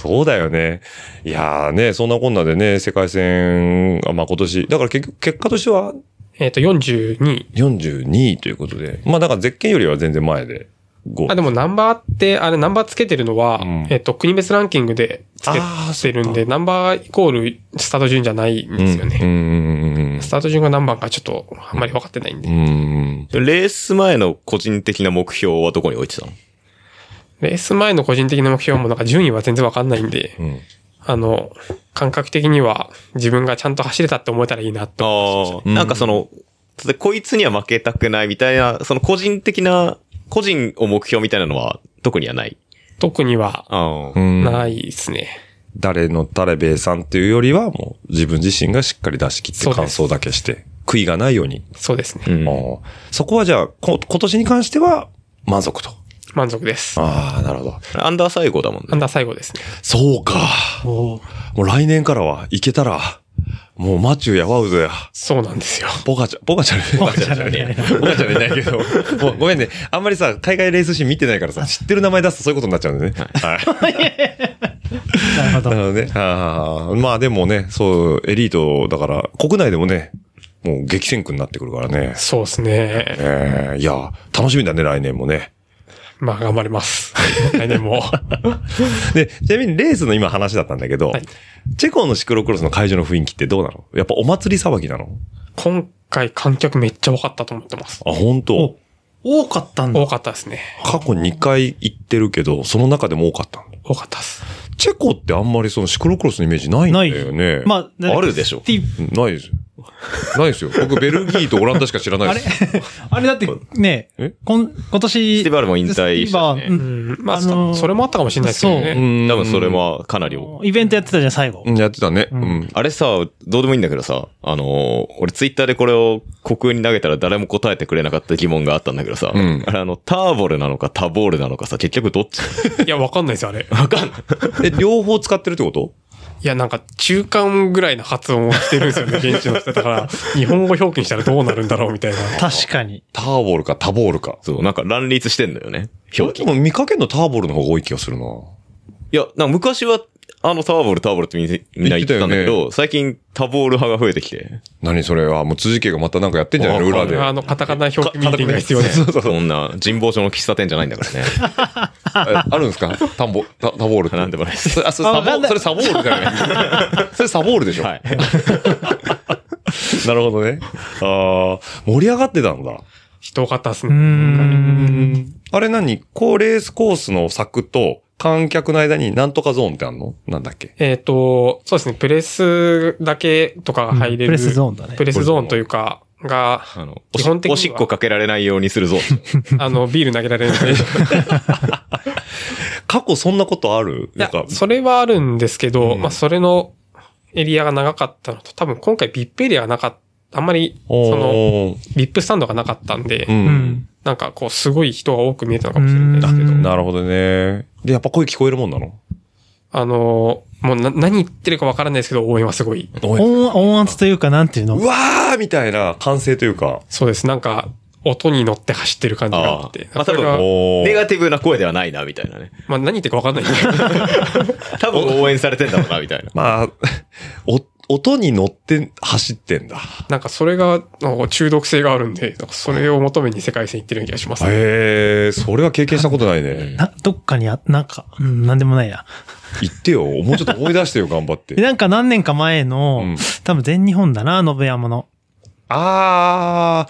そうだよね。いやーね、そんなこんなでね、世界戦、あまあ今年、だから結局、結果としては
えっと、42位。
42位ということで、まあだから絶景よりは全然前で、5。
あ、でもナンバーって、あれナンバーつけてるのは、
うん
えっと、国別ランキングでつけ
あーそ
てるんで、ナンバーイコールスタート順じゃないんですよね。
うんうんうんうん
スタート順が何番かちょっとあんまり分かってないんで。
うん。うん。
レース前の個人的な目標はどこに置いてたの
レース前の個人的な目標もなんか順位は全然分かんないんで、
うん
あの、感覚的には自分がちゃんと走れたって思えたらいいなと。
ああ、
うん
なんかその、こいつには負けたくないみたいな、その個人的な、個人を目標みたいなのは特にはない。
特には
あ
う
あ。
ん。
ないですね。
誰の誰べえさんっていうよりは、もう自分自身がしっかり出し切って
そうです
感想だけして、悔いがないように。
そうですね。
うん
あーそこはじゃあ、こ今年に関しては満足と。
満足です。
ああ、なるほど。
アンダー最後だもん
ア
ね。
ンダー最後ですね。
そうか。
おう
もう来年からは行けたら、もうマチューやワウズや、
そうなんですよ。
ポカチャ、ポカチャル。ポカチャルね。ポカチャルじゃないけど。もうごめんね。あんまりさ、海外レースシーン見てないからさ、知ってる名前出すとそういうことになっちゃうんだよね。はい。
なるほ
な
ど。
るほどね。ああまあでもね、そう、エリートだから、国内でもね、もう激戦区になってくるからね。
そうですね。
ええいや、楽しみだね、来年もね。
まあ、頑張ります。来年も。
で、ちなみにレースの今話だったんだけど、
はい
チェコのシクロクロスの会場の雰囲気ってどうなのやっぱお祭り騒ぎなの
今回観客めっちゃ多かったと思ってます。
あ、本当
お多かったんだ
多。かったですね。
過去2回行ってるけど、その中でも多かったの
多かったです。
チェコってあんまりそのシクロクロスのイメージないんだよね。
まあ、
あるでしょ
スティ
ないですよ。ないですよ。僕ベルギーとオランダしか知らない
あ
で
れ
す。
あれだってね
え、
こん今年。
スティバルも引退したしね
スティバル
う
うん
ん。まあ、
あのー
それもあったかもしれないですけど
そ
ね。
ん
多分それ。はかなり多い。
イベントやってたじゃん、最後。
うんやってたね。うん。
あれさ、どうでもいいんだけどさ、あのー俺ツイッターでこれを国運に投げたら誰も答えてくれなかった疑問があったんだけどさ、
うん
あれあの、ターボルなのかタボールなのかさ、結局どっち
いや、わかんないです、あれ。い
わかんな
え、
い。
両方使ってるってこと
や、なんか、中間ぐらいの発音をしてるんですよね、現地の人。だから、日本語表記にしたらどうなるんだろう、みたいな。
確かに。
ターボルかタボールか。
そう、なんか乱立してんだよね。表記。
でも見かけんのターボルの方が多い気がするな。
いや、なんか昔は、あの、ターボル、ターボルってみんなみんな言ってたんだけ
言ってた
ど、最近タボール派が増えてきて、
何それは、もう辻家がまたなんかやってんじゃないの裏で。
あの、カタカナ表記ミーティングが必要で
そ
す。
うそうそう。
そんな人望所の喫茶店じゃないんだからね。
ああるんですかタンボ、タタボールって。
なんでもないです
それあ、それサボール、それサボールじゃ ないそれサボールでしょ
はい。
なるほどね。ああ、盛り上がってたんだ。
人多かったです
うー
ね。
ん。
あれ何こうレースコースの柵と観客の間になんとかゾーンってあんのなんだっけ
えっと、そうですね、プレスだけとかが入れる。
プレスゾーンだね
プ。レスゾーンというか、が、
あの、お
基
し
本的には
おしっこかけられないようにするぞ。
あの、ビール投げられるので。い
過去そんなことあるな
や
んか、、
それはあるんですけど、
うん
まあ、それのエリアが長かったのと、多分今回ビップエリアがなかった、あんまり、
おー
その、ビップスタンドがなかったんで、
うん、
うん。
なんかこう、すごい人が多く見えたのかもしれないですけど、
うん
なるほどね。で、やっぱ声聞こえるもんなの
あのー、もうな何言ってるかわからないですけど、応援はすごい。
音音圧というか、なんていうの
うわーみたいな歓声というか。
そうです。なんか、音に乗って走ってる感じがあって。
あーまあ
それが
多分
お
ネ
ー
ガティブな声ではないな、みたいなね。
まあ、何言ってるかわかんないんで。
多分応援されてんだろうな、みたいな。
まあ、 お、音に乗って走ってんだ。
なんかそれが、なんか中毒性があるんで、なんかそれを求めに世界線行ってるような気がします、ね。
へえ、それは経験したことないね。
な、どっかにあ、なんか、うん、なんでもないや。
言ってよ。もうちょっと思い出してよ、頑張って
で。なんか何年か前の、
うん
多分全日本だな、信山の。
あ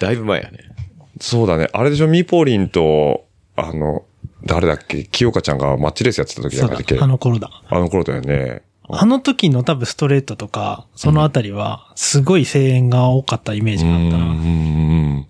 だいぶ前やね。
ー、そうだね。あれでしょ、ミポリンと、あの、誰だっけ、清香ちゃんがマッチレースやってた時じ
そ
ゃ
う
なか
だ
ったっけ、
あの頃だ。
あの頃だよね。
あの時の多分ストレートとか、そのあたりは、すごい声援が多かったイメージがあった
うん
な。
うんうん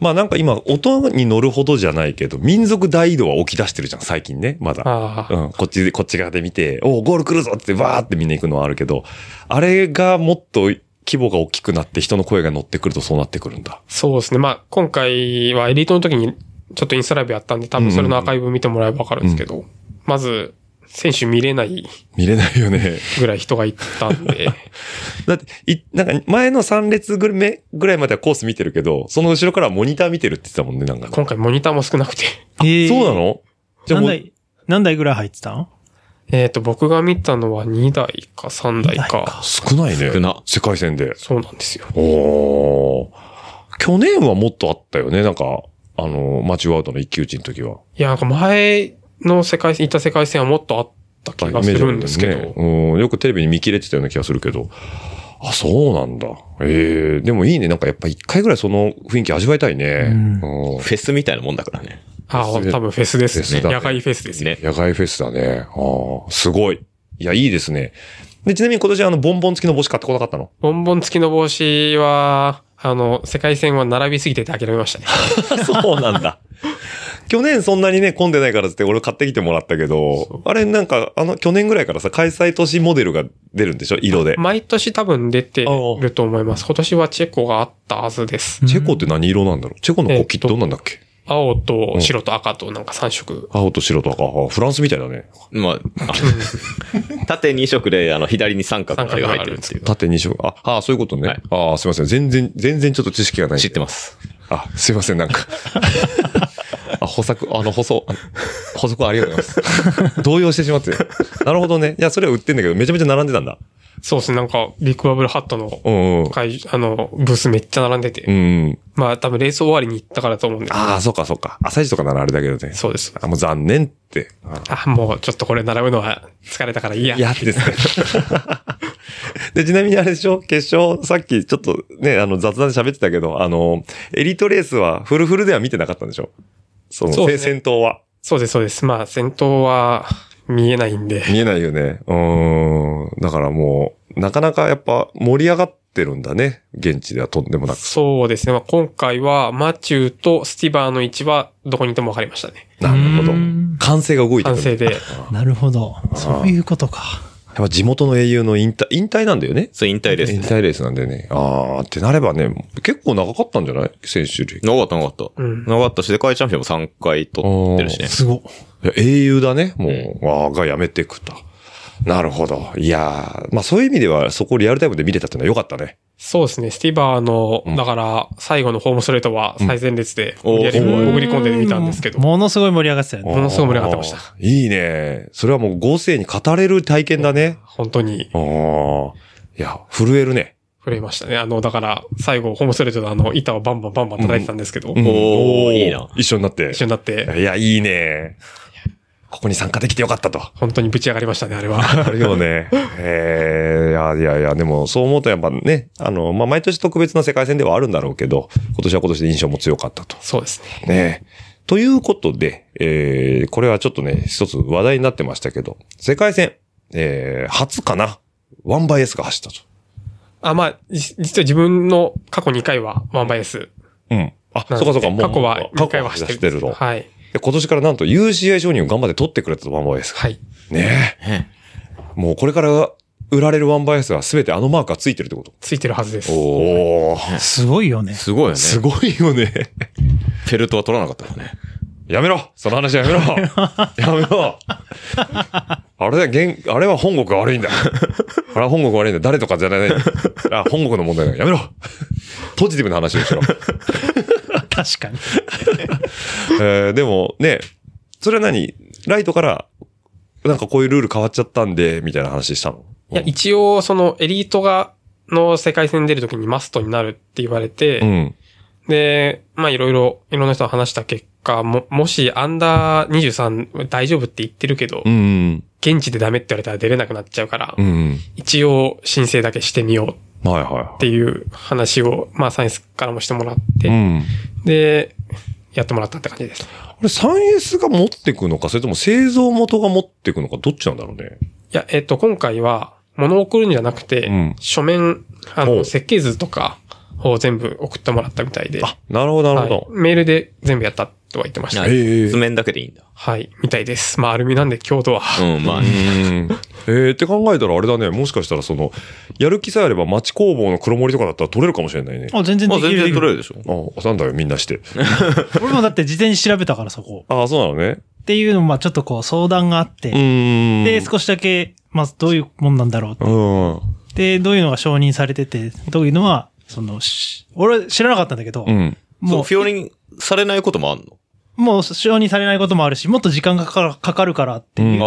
まあなんか今、音に乗るほどじゃないけど、民族大移動は起き出してるじゃん、最近ね、まだ。
ああ、
うん、こっちで、こっち側で見て、おうゴール来るぞってバーってみんな行くのはあるけど、あれがもっと規模が大きくなって人の声が乗ってくるとそうなってくるんだ。
そうですね。まあ、今回はエリートの時にちょっとインスタライブやったんで、多分それのアーカイブ見てもらえばわかるんですけど、まず、選手見れない
見れないよね。
ぐらい人がいたんで、
だって、い、なんか前の3列ぐるめぐらいまではコース見てるけど、その後ろからはモニター見てるって言ってたもんね、なんかね。
今回モニターも少なくて、
えー
そうなのじゃあ
何
もう、
台、何台ぐらい入ってたの
えっ、と、僕が見たのは2台か3台
二
か
台か。
少ないね。
少な
世界戦で。
そうなんですよ。
おー去年はもっとあったよね、なんか、あの、マチュアウトの一騎打ちの時は。
いや、なんか前の世界線、行った世界線はもっとあった気がするんですけど、
イメージあるんだよねうん、よくテレビに見切れてたような気がするけど。あ、そうなんだ。ええでもいいね。なんかやっぱ一回ぐらいその雰囲気味わいたいね。
うん
うん
フェスみたいなもんだから ね。
ああ、多分フェスです
フェスだ
ね。
ね
野外フェスですね。
ね。
野外フェスだね。ああ、すごい。いや、いいですね。で、ちなみに今年あの、ボンボン付きの帽子買ってこなかったの
ボンボン付きの帽子は、あの、世界線は並びすぎてて諦めましたね。
そうなんだ。去年そんなにね、混んでないからっつって俺買ってきてもらったけど、あれなんか、あの、去年ぐらいからさ、開催都市モデルが出るんでしょ色で。
毎年多分出てると思います。今年はチェコがあったはずです。
チェコって何色なんだろうチェコの国旗ってどんなんだっけ、
青と白と赤となんか3色。
青と白と赤。あフランスみたいだね。
まあ、 あ縦2色で、あの、左に三角のあれが入ってるっていう。
縦2色。あ、あそういうことね。
はい
ああ、すいません。全然、全然ちょっと知識がない。
知ってます。
あ、すいません、なんか。あ、補足、あの、補足、あ補足ありがとうございます。動揺してしまって。なるほどね。いや、それは売ってんだけど、めちゃめちゃ並んでたんだ。
そうですね、なんか、ビッグバブルハットの
うんうん。
会、あの、ブースめっちゃ並んでて。
うん。
まあ、多分レース終わりに行ったからと思うんで。
ああ、そっかそっか。朝一とかならあれだけどね。
そうです。
あ、もう残念って。あ
あ、もうちょっとこれ並ぶのは疲れたからいいや。
いやってですね。 で、ちなみにあれでしょ決勝、さっきちょっとね、あの雑談で喋ってたけど、あの、エリートレースはフルフルでは見てなかったんでしょその、
そう
せ
ですね
戦闘は。
そうです、そうです。まあ、先頭は見えないんで。
見えないよね。うーん。だからもう、なかなかやっぱ盛り上がってるんだね。現地ではとんでもなく。
そうですね。まあ、今回は、マチューとスティバーの位置はどこにでも分かりましたね。
なるほど
うん。
歓声が動いて
完
くる。
成で。
なるほど。そういうことか。
やっぱ地元の英雄の引退、引退なんだよね。
そう、引退です
引。退レースなんでね。あーってなればね、結構長かったんじゃない選手歴。
なかった、なかった。
うん
なかったし、世界チャンピオンも3回取ってるしね。
すごい。
いや英雄だね、もう。ああ、がやめてくと。なるほど。いやーまあそういう意味では、そこをリアルタイムで見れたってのは良かったね。
そうですね。スティバーの
うん、
だから、最後のホームストレートは最前列で、無理やり
おー
潜り込んでみたんですけど。
ものすごい盛り上がってたよね。
ものすごい盛り上がってました
あー。いいね。それはもう合成に語れる体験だね。
本当に
ああ。いや、震えるね。
震えましたね。あの、だから、最後、ホームストレートであの、板をバンバンバンバン叩いてたんですけ
う
ど、
ん
おーいいな。
一緒になって
一。緒になって、
いや、いいね。ここに参加できてよかったと。
本当にぶち上がりましたね、あれ は。
これでもね、えー、いやいやいや、でもそう思うとやっぱね、あの、まあ、毎年特別な世界戦ではあるんだろうけど、今年は今年で印象も強かったと。
そうですね。
ねということで、えー、これはちょっとね、一つ話題になってましたけど、世界戦、えー、初かなワンバイエスが走ったと。
あ、まあ、じ実は自分の過去2回はワンバイアス
うん。あ、
な
そ
の
うかそうか、
で。過去は
過
2
去
回
は
は
走
走
っ
ってて
る
る
んで
んですす
けど
はい。
で今年からなんと UCI 承認を頑張って取ってくれたとワンバイエスが。
はい。
ねえ。もうこれから売られるワンバイエスは全てあのマークがついてるってこと。
ついてるはずです。
おお、
すごいよね。
すごいよね。
すごいよね。
フェルトは取らなかったからね。
やめろその話やめろ やめろあれだ、現あれは本国が悪いんだ。あれは本国が悪いんだ。誰とかじゃない。あ、本国の問題だ。やめろポジティブな話をしろ。
確かに。
えーでもね、それは何ライトから、なんかこういうルール変わっちゃったんで、みたいな話したの
いや、一応、その、エリートが、の世界戦に出るときにマストになるって言われて、
うん。
で、まあいろいろ、いろんな人と話した結果、も、もしアンダー23大丈夫って言ってるけど、
うん。
現地でダメって言われたら出れなくなっちゃうから、
うん。
一応申請だけしてみようっ
はいは
ていう話を、まあサイエンスからもしてもらって、
い。うん。
で、やってもらったって感じです。
あれ、3S が持ってくのか、それとも製造元が持ってくのか、どっちなんだろうね。
いや、えっ、と、今回は、物を送るんじゃなくて、
うん
書面、あ
ほ
の、
う
設計図とかを全部送ってもらったみたいで、
あ、なるほど、なるほ
はいメールで全部やったとは言ってました
は
ど。
い
ね。
ええ
図面だけでいいんだ。
はい、みたいです。まあ、アルミなんで強度は、
うん、まあ、
うん。えー、って考えたらあれだね、もしかしたらその、やる気さえあれば町工房の黒森とかだったら取れるかもしれないね。
あ、全然
ま
で
あ
きる。
全然取れる
で
でしょ。
あ、なんだよ、みんなして。
きる俺もだって事前に調べたからそこ。
あ、そうなのね。
っていうのも、まあちょっとこう相談があって。
うーん。
で、少しだけ、まずどういうもんなんだろう
う。ん。
で、どういうのが承認されてて、どういうのは、その、し俺知らなかったんだけど、
うん。
そ
も
う、
う
フィオリンされないこともあんの
もう承認されないこともあるし、もっと時間がかかるかかるからっていう、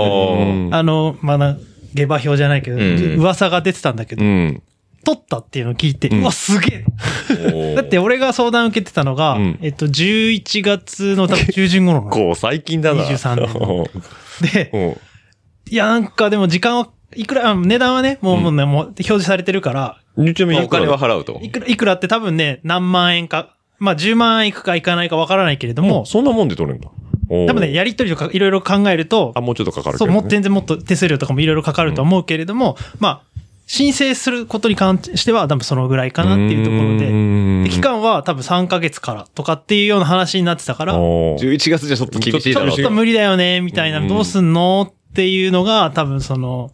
うん。
あの、まあな、下馬評じゃないけど、
ん
噂が出てたんだけど、
うん。
取ったっていうのを聞いて、
うん
うわ、すげえ
だ
だって、俺が相談受けてたのが、
うん
えっと、11月の 多分中旬頃なの
こう、最近だな。
23年の
う
で、
ん。
いや、なんかでも時間は、いくら、あ値段はね、もう、もうね、もう表示されてるから、
うん。ちなみ
まあ
に
お金は払うと。
いくら、いくらって多分ね、何万円か、まあ10万円いくかいかないかわからないけれど
も
も
う、、そんなもんで取れるんだ。おー
多分ね、やりとりとかいろいろ考えると
あ、、もうちょっとかかるけ
そ
ど
う、
ね。
もう全然もっと手数料とかもいろいろかかると思うけれども、まあ、申請することに関しては、多分そのぐらいかなっていうところで、で
で
期間は多分3ヶ月からとかっていうような話になってたから、
おー
11月じゃちょっと厳しい
ち
だろ
ょ
う
っ
と
と無理だよね、みたいな、
うん
どうすんのっていうのが、多分その、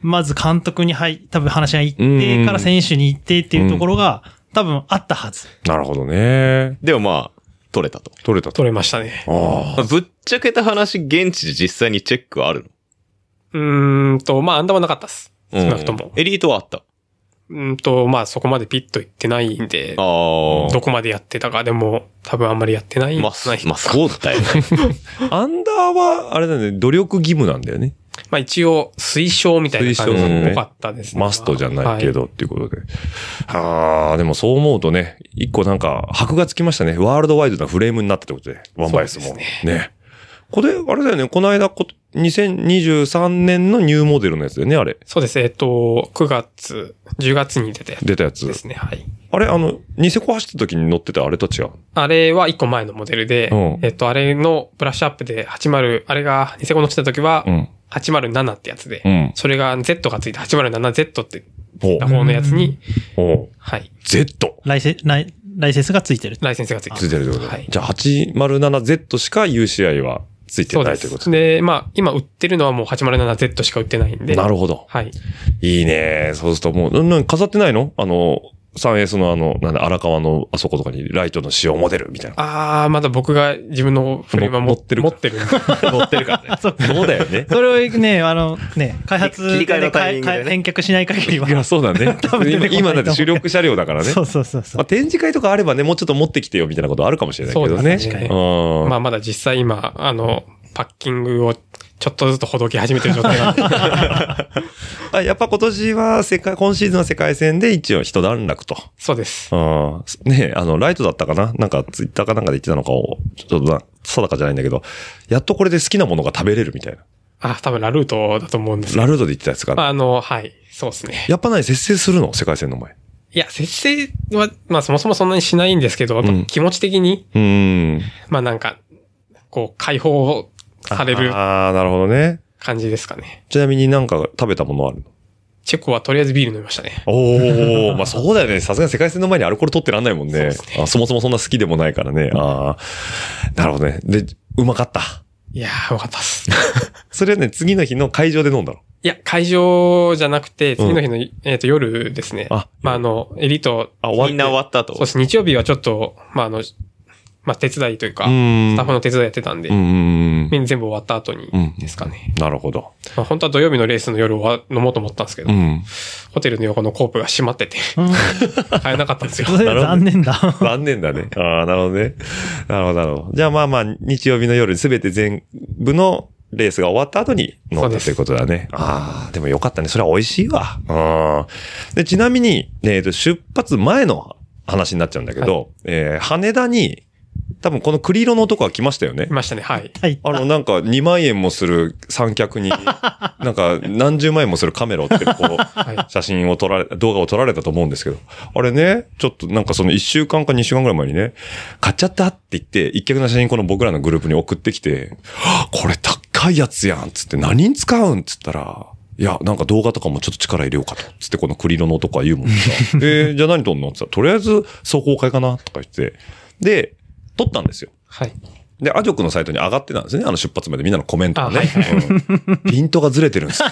まず監督に入、多分話が行ってから選手に行ってっていうところが、多分あったはず。
なるほどね。
でもまあ、取れたと。
取れたと。
取れましたね。
ああ。
まあぶっちゃけた話、現地で実際にチェックはある
うーんと、まあ、アンダーはなかったっす。
の
少なくとも
うん。エリートはあった。
うーんと、まあ、そこまでピッと行ってないんで、
あ
ど
あ。
こまでやってたか、でも、多分あんまりやってない。
まあ、
ない
まあ、そうだよね。
アンダーは、あれだね、努力義務なんだよね。
まあ一応推奨みたいな感じが多かったですね。
マストじゃないけどっていうことで。ああ、でもそう思うとね、一個なんか、箔がつきましたね。ワールドワイドなフレームになったってことで、ワンバイアスも。
そうで
ねこれ、あれだよね、この間こ、2023年のニューモデルのやつだよね、あれ。
そうです。えっ、と、9月、10月に出たやつ
出たやつ
で。すね。はい。
あれ、あの、ニセコ走った時に乗ってたあれと違う。
あれは1個前のモデルで、
うん
えっと、あれのブラッシュアップで80、あれがニセコ乗ってた時は
うん。
807ってやつで、
うん。
それが Z がついて 807Z って
ほう
打法のやつに、
ほう。
はい、
Z。
ライセライライセンスがついてる。
ライセンスがついて
ついてるってこと
は
で
い。
じゃあ 807Z しか UCI はついて
そう
な
で
いということ
す。で、まあ、今売ってるのはもう 807Z しか売ってないんで。
なる
ほど。
ほど。
はい。
いいね。そうするともう、うんうん、飾ってないのあの、3S のあの、なんだ、荒川のあそことかにライトの使用モデルみたいな。
あー、まだ僕が自分のフレームは
も
持
持ってる
持ってるんで。
乗ってるからね。
そう
そうだよね。
それをね、 あの、ね、開発
切り替えのタイミングでね
かい返却しない限りは。
いや、そうだね。
分出てこないと思 う
今
けど
今だって主力車両だからね。
そうそうそうそ
まあ、
う。
展示会とかあればね、もうちょっと持ってきてよみたいなことあるかもしれないけどね。
そうですね確か
うん。
まあ、まだ実際今、あの、パッキングをちょっとずつほどき始めてる状態なんで。
あ、やっぱ今年は世界、今シーズンの世界戦で一応一段落と。
そうです。
うん。ねあの、ライトだったかななんかツイッターかなんかで言ってたのかを、ちょっとな、定かじゃないんだけど、やっとこれで好きなものが食べれるみたいな。
あ、多分ラルートだと思うんですけど
ラルードで言ってたやつかな。
あの、はい。そうですね。
やっぱ何、節制するの世界戦の前。
いや、節制は、まあそもそもそんなにしないんですけど、やっぱ
うん
気持ち的に、
うーん。
まあなんか、こう、解放される
ああ、なるほどね。
感じですかね。
ちなみになんか食べたものあるの
チェコはとりあえずビール飲みましたね。
お お、まあそうだよね。さすがに世界戦の前にアルコール取ってらんないもんね。
そう
そあそもそもそんな好きでもないからね。ああ。なるほどね。で、うまかった。
いやー、よかったっす。
それはね、次の日の会場で飲んだの。
いや、会場じゃなくて、次の日の、えっ、と、夜ですね。
あ
まあ、あの、エリート、
あ、
みんな終わった後。
そして日曜日はちょっと、まあ、あの、まあ、手伝いというか、
うーん
スタッフの手伝いやってたんで、
うんうんうん。
みんな全部終わった後に
うん
ですかね。
なるほど。
まあ、本当は土曜日のレースの夜は飲もうと思ったんですけど、
うん。
ホテルの横のコープが閉 まってて、
うん
買えなかったんですよ。
それ 残念だ。
残念だね。 ああ、なるほどね。なるほど、なるほど。じゃあまあまあ、日曜日の夜、すべて全部のレースが終わった後に飲ん
そう
だ
で
と
す
いうことだね。ああ、でもよかったね。それは美味しいわ。うん。で、ちなみに、えっ、と、出発前の話になっちゃうんだけど、えー羽田に、多分この栗色の男が来ましたよね
い。ましたね、はい。
はい。
あの、なんか2万円もする三脚 に、なんか何十万円もするカメラをって、こ
は
う、写真を撮られ、動画を撮られたと思うんですけど、あれね、ちょっとなんかその1週間か2週間ぐらい前にね、買っちゃったって言って、一脚の写真この僕らのグループに送ってきて、 はぁこれ高いやつやんっつって何に使うんっつったら、いや、なんか動画とかもちょっと力入れようかと。つってこの栗色の男は言うもんさ。え ー、じゃあ何撮んのって言ったら、とりあえず走行会かなとか言って。で、撮ったんですよ。
はい。
で、アジョックのサイトに上がってたんですね。あの出発までみんなのコメントがね
あはい。
うんピントがずれてるん ですよ。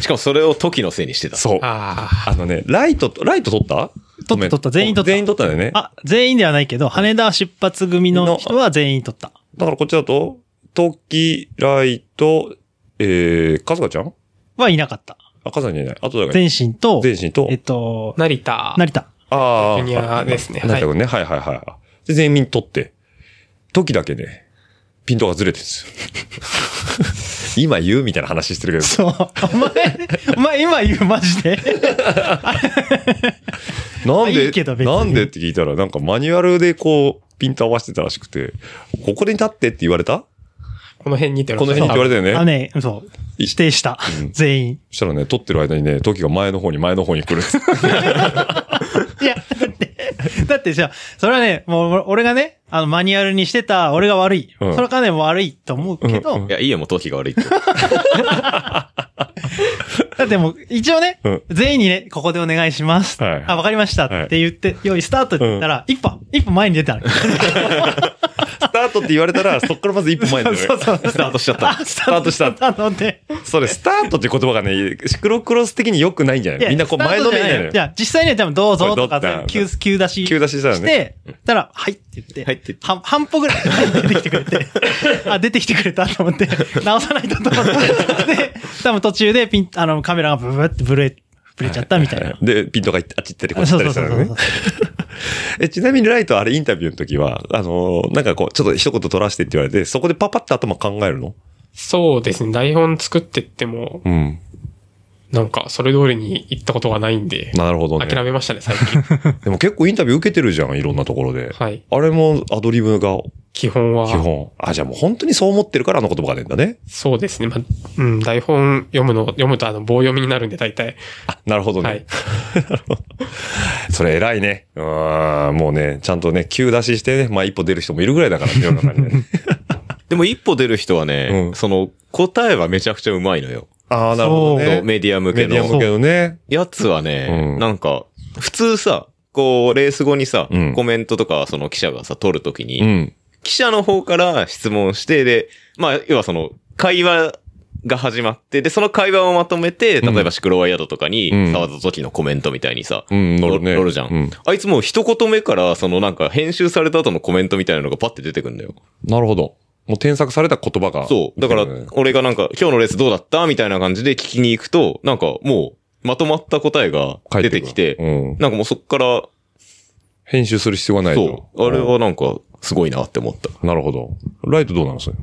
しかもそれを時のせいにしてた。
そう。
ああ。
あのね、ライト、ライト撮った
撮った撮った全員撮った
全員撮ったんだよね。
あ、全員ではないけど、羽田出発組の人は全員取った。
だからこっちだと、トキ、ライト、えー、カズカちゃん
はいなかった。
あ、カズカちゃんじゃない。あとだから、
全身と、
全身と
えっ、と、
成田。
成田。
ああ。
ジュニアですね
あ成田君ね。はいはいはい。で、全員撮って、トキだけね、ピントがずれてるんですよ。 今言うみたいな話してるけど。
そう。お前、お前今言う、マジで。
なんで
いいけど別に
なんでって聞いたら、なんかマニュアルでこう、ピント合わせてたらしくて、ここに立ってって言われた
この辺にって
この辺にって言われ
て。
たよね。
あ、ね、そう。指定した。全員。
そしたらね、撮ってる間にね、時が前の方に前の方に 来るんです。
いや、だって、だってじゃあそれはね、もう、俺がね、あの、マニュアルにしてた、俺が悪い。
うん
それかね、悪いと思うけど、
いや、いいよ、もう時 が悪いって。
だってもう、一応ね、
うん
全員にね、ここでお願いします。
はい
あ、わかりましたって言って、用意スタートって言ったら、一歩、一歩前に 出たの。
スタートって言われたら、そっからまず一歩前に出る。
そうそう。
スタートしちゃった。
スタートした。ので。
それ、スタートって言葉がね、シクロクロス的に良くないんじゃないみんなこう前のめりなのよ
じ。ゃあ、実際には多分どうぞとか
これどうだ、
急、急出し。
急出ししたらね
して、たら、はいって言って。
はいって言って
は半歩ぐらい出てきてくれて。あ、出てきてくれたと 思って、直さないとと思って。で、多分途中でピン、あの、カメラがブブってブレ、ブレちゃったみたいな。
で、ピントがいってあっち行ったりこっち行
そ
った
うそ
り
う
した
そう
ら
そう
ね。 え、ちなみにライトあれインタビューの時は、あのーなんかこう、ちょっと一言取らせてって言われて、そこでパパって頭考えるの
そうですね。台本作ってっても、
うん。
なんか、それ通りに行ったことがないんで、
なるほどね。
諦めましたね、最近。
でも結構インタビュー受けてるじゃん、いろんなところで。
はい。
あれもアドリブが
基本は、
基本。あ、じゃあもう本当にそう思ってるからあの言葉が出るんだね。
そうですね。まあ、うん、台本読むの、読むとあの、棒読みになるんで、大体。
あ、なるほどね。
はい。
それ偉いね。うーん、もうね、ちゃんとね、急出ししてね、まあ一歩出る人もいるぐらいだ からね、世の中にね。
でも一歩出る人はね、
うん
その答えはめちゃくちゃうまいのよ。
ああ、なるほど
そ
ね。
うメディア向
メ
け
ディア
の
向けのね。
やつはね、
うん
なんか、普通さ、こう、レース後にさ、
うん
コメントとか、その記者がさ、取るときに、
うん。
記者の方から質問して、で、まあ、要はその、会話が始まって、で、その会話をまとめて、
うん
例えばシクロワイヤードとかに
うん
触った時のコメントみたいにさ、
うん、乗るね。
乗るじゃん,、
うん。
あいつもう一言目から、そのなんか編集された後のコメントみたいなのがパッて出てくんだよ。
なるほど。もう添削された言葉が。
そう。だから
出てくるね、
俺がなんか、今日のレースどうだったみたいな感じで聞きに行くと、なんかもう、まとまった答えが出てきて、
帰くるうん。
なんかもうそっから、
編集する必要がないと
そ。う。あれはなんか、すごいなって思った。
うん。なるほど。ライトどうなのそれ。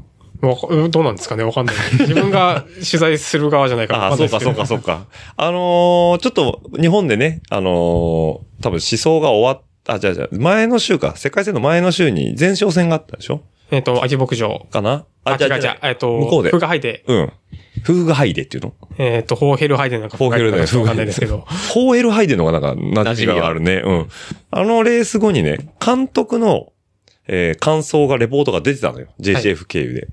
わかどうなんですかねわかんない。自分 が取材する側じゃないから
あ
わか
あ、
んな
そ
いうです
か、
け
そ
ど。
うか、そうか。あのーちょっと、日本でね、あのー多分思想が終わった、あ、じゃあじゃあ前の週か、世界戦の前の週に前哨戦があったでしょ
えっと、秋牧場。
かな
あ、違う違
じゃ
う。えっと、
向こうで
フガハイデ、
うん。フーガハイデっていうの
えっと、ホーヘルハイデなんか
フォーヘルハイデ
ちょっとわかんないですけど。
ホーエルハイデのがなんか、馴染みがあるね。うん。あのレース後にね、監督の、えー感想が、レポートが出てたのよ。JCF 経由で。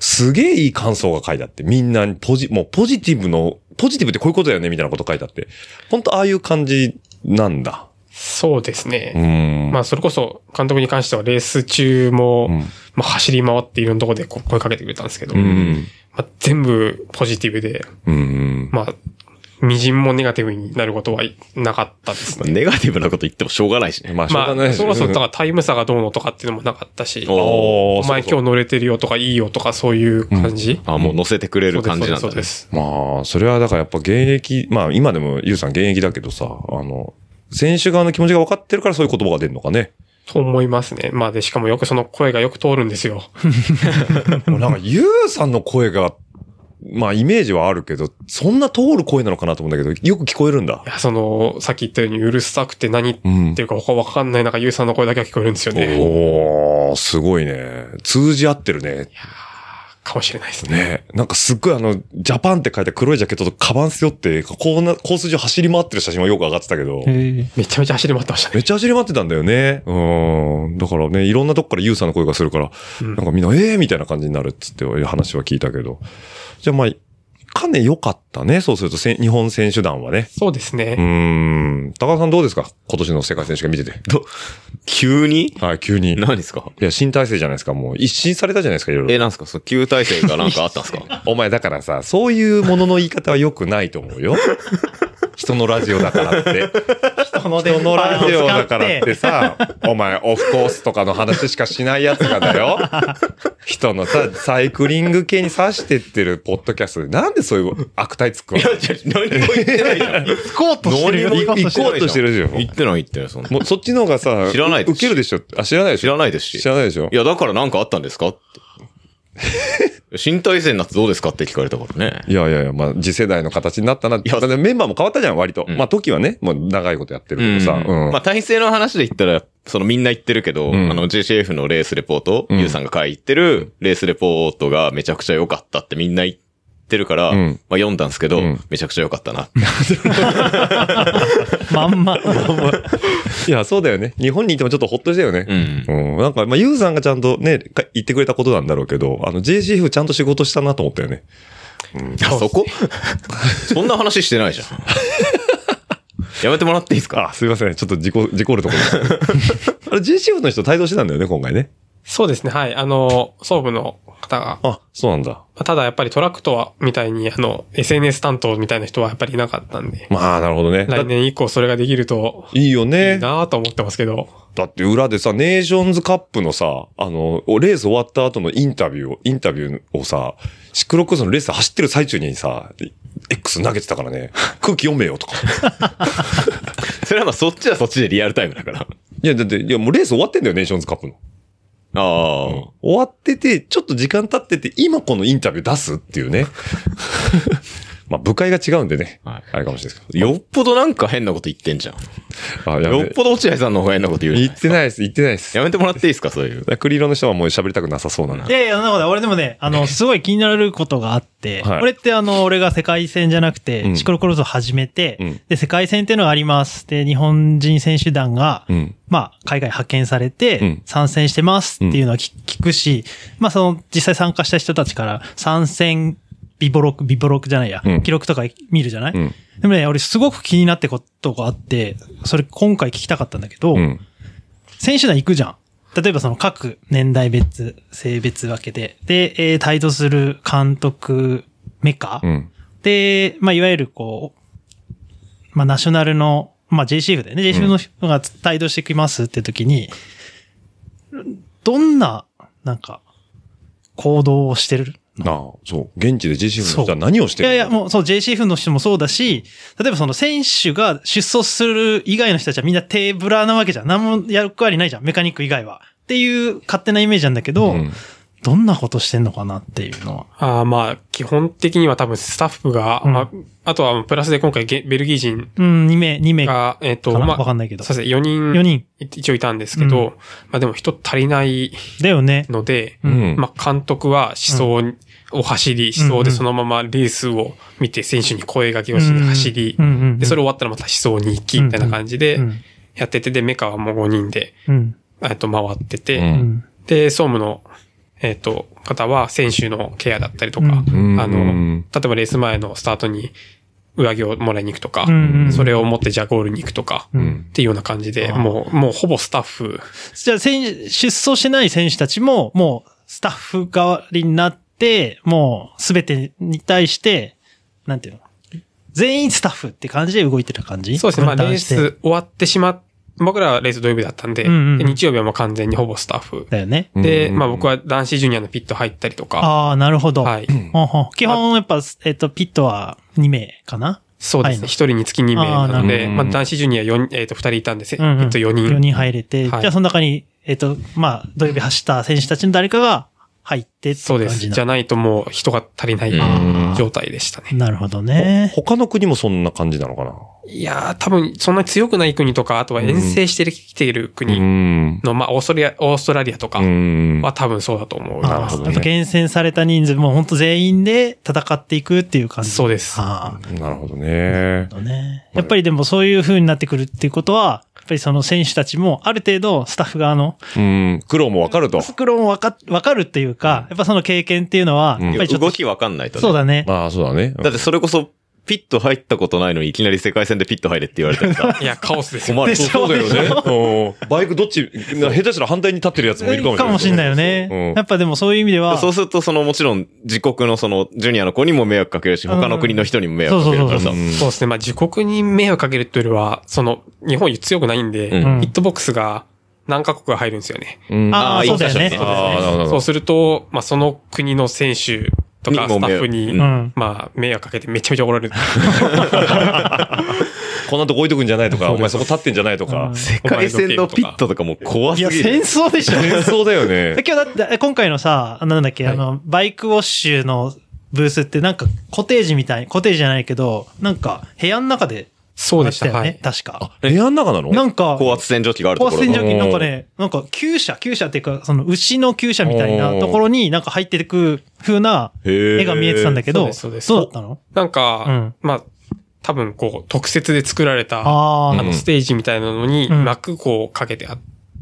すげえいい感想が書いてあって、みんなにポジ、もうポジティブの、ポジティブってこういうことだよね、みたいなこと書いてあって。ほんとああいう感じなんだ。
そうです
う
ね。
ーん。
まあ、それこそ、監督に関してはレース中も、
うん
まあ、走り回っていろんなところでこ声かけてくれたんですけど、
うん。
まあ、全部ポジティブで、
うん。
まあ、微塵もネガティブになることはいなかったですね。
ネガティブなこと言ってもしょうがないしね。
まあ、しょう
ま
がない
あ、
です
そ
よ
れこそ、だ
うん
からタイム差がどうのとかっていうのもなかったし、
お
お前今日乗れてるよとかいいよとかそういう感じ、
あ、もう乗せてくれる
そうです
感じなん
そ
だ
う
ね
で。す。
まあ、それはだからやっぱ現役、まあ今でもゆうさん現役だけどさ、あの、選手側の気持ちが分かってるからそういう言葉が出るのかね。
と思いますね。まあで、しかもよくその声がよく通るんですよ。
でもなんかゆうさんの声が、まあイメージはあるけど、そんな通る声なのかなと思うんだけど、よく聞こえるんだ
い。や、その、さっき言ったようにうるさくて何って
うん。
いうか他わかんない中、ゆうさんの声だけは聞こえるんですよね。
おー、すごいね。通じ合ってるね。
かもしれないですね。
ねなんかすっごいあの、ジャパンって書いた黒いジャケットとカバン背負って、こうな、コース上走り回ってる写真はよく上がってたけど。
へ
めちゃめちゃ走り回ってました
め
ね。
っちゃ走り回ってたんだよね。うん。だからね、いろんなとこからユウさんの声がするから、
ん
なんかみんな、ええー、みたいな感じになるっつっていう話は聞いたけど。じゃあまあ、かね良かったね。そうするとせん、日本選手団はね。
そうです
う
ね。
ん。高田さんどうですか今年の世界選手権見てて。
急に
はい、急に。い
何ですか
や、新体制じゃないですか。もう一新されたじゃないですか、いろい
え、
ろ。
なんですかその旧体制がなんかあったんですか
お前だからさ、そういうものの言い方は良くないと思うよ。人のラジオだからって。
人の
人のラジオだからっ
電波を使
てさ、お前オフコースとかの話しかしないやつがだ よ。人のさ、サイクリング系に指してってるポッドキャストで、なんでそういう悪態つくわけ
何も言ってないじゃん。 言
行こうとしてるよ。
何も
行こうとして
行こう
る。
としてるじゃん。
ってない言ってない、そんな。
もうそっちの方がさ、
知らないです
受けるでしょ。あ、知らないでし
知
ょ
らないですし。
知らないでしょ
いや、だからなんかあったんですかって新体制になってどうですかって聞かれたからね。
いやいやいや、まあ、次世代の形になったな。だってメンバーも変わったじゃん、割と。
ん
まあ、時はね、もう長いことやってるけどさ。うん
まあ、体制の話で言ったら、そのみんな言ってるけど、
ん
あの GCF のレースレポート、
ん
ゆうさんが書いてるレースレポートがめちゃくちゃ良かったってみんな言ってるから、
うん
まあ読んだんですけど、
うん
めちゃくちゃ良かったな。
まんま。
いや、そうだよね。日本にいてもちょっとほっとしたよね。
うん。
うん、なんか、まあ、ゆうさんがちゃんとね、か言ってくれたことなんだろうけど、あの、JCF ちゃんと仕事したなと思ったよね。
あそこそんな話して ないじゃん。やめてもらっていいですか
あ、すいません。ちょっと事故、事故るところで した。あれ、JCF の人帯同してたんだよね、今回ね。
そうですね。はい。あの、総務の方が。ま
あ、そうなんだ。
あただやっぱりトラクトは、みたいに、あの、SNS 担当みたいな人はやっぱりいなかったんで。
まあ、なるほどね。だ
来年以降それができると、
いいよ
いい
ね。
なぁと思ってますけど。
だって裏でさ、ネーションズカップのさ、あの、レース終わった後のインタビューを、インタビューをさ、シクロクロスのレース走ってる最中にさ、X 投げてたから ね、空気読めよとか。
それはまあそっちはそっちでリアルタイムだから。
いや、だって、いや、もうレース終わってんだよ、ネーションズカップの。
ああ。
終わってて、ちょっと時間経ってて、今このインタビュー出すっていうね。まあ、部会が違うんでね。
はい
あれかもしれないですけど。
よっぽどなんか変なこと言ってんじゃん。
あやめ
よっぽど落合さんの方が変なこと言うじゃ
言
ん
ってないです、言ってないです。
やめてもらっていいですか、そういう。
栗色の人はもう喋りたくなさそうなんで
い。やいや、そんなことない俺でもね、あの、すごい気になることがあって、
はい
俺ってあの、俺が世界戦じゃなくて、
うん
シクロクロスを始めて、
うん
で、世界戦っていうのがあります。で、日本人選手団が、
うん。
まあ、海外派遣され
う
て
ん、
参戦してますっていうのは聞,、聞くし、まあ、その、実際参加した人たちから、参戦、ビボロク、ビボロクじゃないや、
うん
記録とか見るじゃない、
うん。
でもね、俺すごく気になってことがあって、それ今回聞きたかったんだけど、
うん。
選手団行くじゃん。例えばその各年代別、性別分けで、で、えー、態度する監督、メカ、
うん。
で、まあ、いわゆるこう、まあ、ナショナルの、まあ、JCF だよね。JCF の人が帯同してきますって時に、どんな、なんか、行動をしてる
なあ、そう。現地で GCF の人は何をして
い
るの
やいや、もうそう、JCF の人もそうだし、例えばその選手が出走する以外の人たちはみんな手ぶらなわけじゃん。何も役割ないじゃん、メカニック以外は。っていう勝手なイメージなんだけど、
うん
どんなことしてんのかなっていうのは。
あーまあ、基本的には多分スタッフが、
うん
ああとはプラスで今回ゲベルギー人
うん、2名、2名か
が、えっ、と、
な
ま
わか
あ、
んないけど。
そうですね、4人、
4人。
い一応いたんですけど、まあでも人足りない
だよね。
ので、
うん。
まあ監督は思想を走り、
うん
思想でそのままレースを見て選手に声掛けをしに走り
う、んうんうん
で、それ終わったらまた思想に行き、みたいな感じ
う
で
ん
やってて、で、メカはもう5人で、
うん
えっと、回って
う
て、
うんん
で、総務の、えっと、方は選手のケアだったりとか、
う
うん
あの
うん
例えばレース前のスタートに上着をもらいに行くとか、
うん
それを持ってじゃあゴールに行くとか、
う
うんん。
っていうような感じで、
あー
もう、もうほぼスタッフ、
じゃあ選手、出走してない選手たちも、もうスタッフ代わりになって、もうすべてに対して、なんていうの全員スタッフって感じで動いてる感じ
そうですね、まあレ
分
ー
担して
ス終わってしまっ、僕らはレース土曜日だったんで、
うんうん
で日曜日はもう完全にほぼスタッフ。
だよね。
で、
うん
まあ僕は男子ジュニアのピット入ったりとか、
ああ、なるほど。
はい。
ほんほん基本、やっぱ、えっと、ピットは2名かな
そうです
は
ね、
い
一、人につき2名なの
あーなる
で、
ほど
まあ男子ジュニア4、えっ、と2人いたんで、せ
うんうん
えっと4人。
4人入れて、
はい
じゃあその中に、えっと、まあ、土曜日走った選手たちの誰かが入ってっていう感じ
そうです。じゃ
な
ないともう人が足りない
うん
状態でしたね。
なるほど
ほ
ね。
他の国もそんな感じなのかない
やー、多分そんなに強くない国とか、あとは遠征してきている
う
国
ん。
の、まあオーストラリア、オーストラリアとか
うん。
は多分そうだと思う。
なるほどね
あーやっぱ厳選された人数、もう本当全員で戦っていくっていう感じ。
そうです。
ああ
なるほどね。
なるほどね。やっぱりでもそういう風になってくるっていうことは、やっぱりその選手たちもある程度スタッフ側の
うん。苦労もわかると。
スクローンわか、わかるっていうか、やっぱその経験っていうのは、
うん
やっぱりちょっと、
動きわかんないとね。
そうだね。
まあ、そうだね。
だってそれこそ、ピット入ったことないのにいきなり世界戦でピット入れって言われたら さ、
いや、カオスですよ。
困る。
でしょ
そうだよね。
うんバイクどっち、下手したら反対に立ってるやつもいるか
か
も
も
し
し
れ
れ
な。
ないいよ
うん
ね。やっぱでもそういう意味では、
そうすると、そのもちろん自国のそのジュニアの子にも迷惑かけるし、他の国の人にも迷惑かけるからさ
う。
そうですね。まあ、自国に迷惑かけるというよりは、その、日本強くないんで、
うん
うん
ヒットボックスが何カ国が入るんですよね。
うん
ああ、
あー
そうだよ
いい
ね。
ですね
ああ、なるほど。
そうすると、まあ、その国の選手とか
にも
スタ
迷惑
ッフに、
うん
まあ、迷惑かけてめちゃめちゃ怒られる。
こんなとこ置いとくんじゃないとか、お前そこ立ってんじゃないと
う
か
ん。
世界戦のピットとかもう怖
い
す
や、
ぎ
戦
る。
争でしょ。
戦争だよね
今。日だって、今回のさ、なんだっけ、あの、バイクウォッシュのブースってなんかコテージみたい、コテージじゃないけど、なんか部屋の中で
そうでした。
あっよ
は
ね
い。。
確か。
部屋の中なの
なんか、
高圧洗浄機があると
高
ころ
圧
が
洗浄機なんかね、なんか厩舎、厩舎っていうか、その牛の厩舎みたいなところになんか入ってく風な絵
絵
が見えてたんだけ
そう
ど、
ですそうです
どうだったの
なんか、
うん
まあ、多分こう、特設で作られた、あ
ああ、
の、ステージみたいなのに、
うん
幕をかけてあっ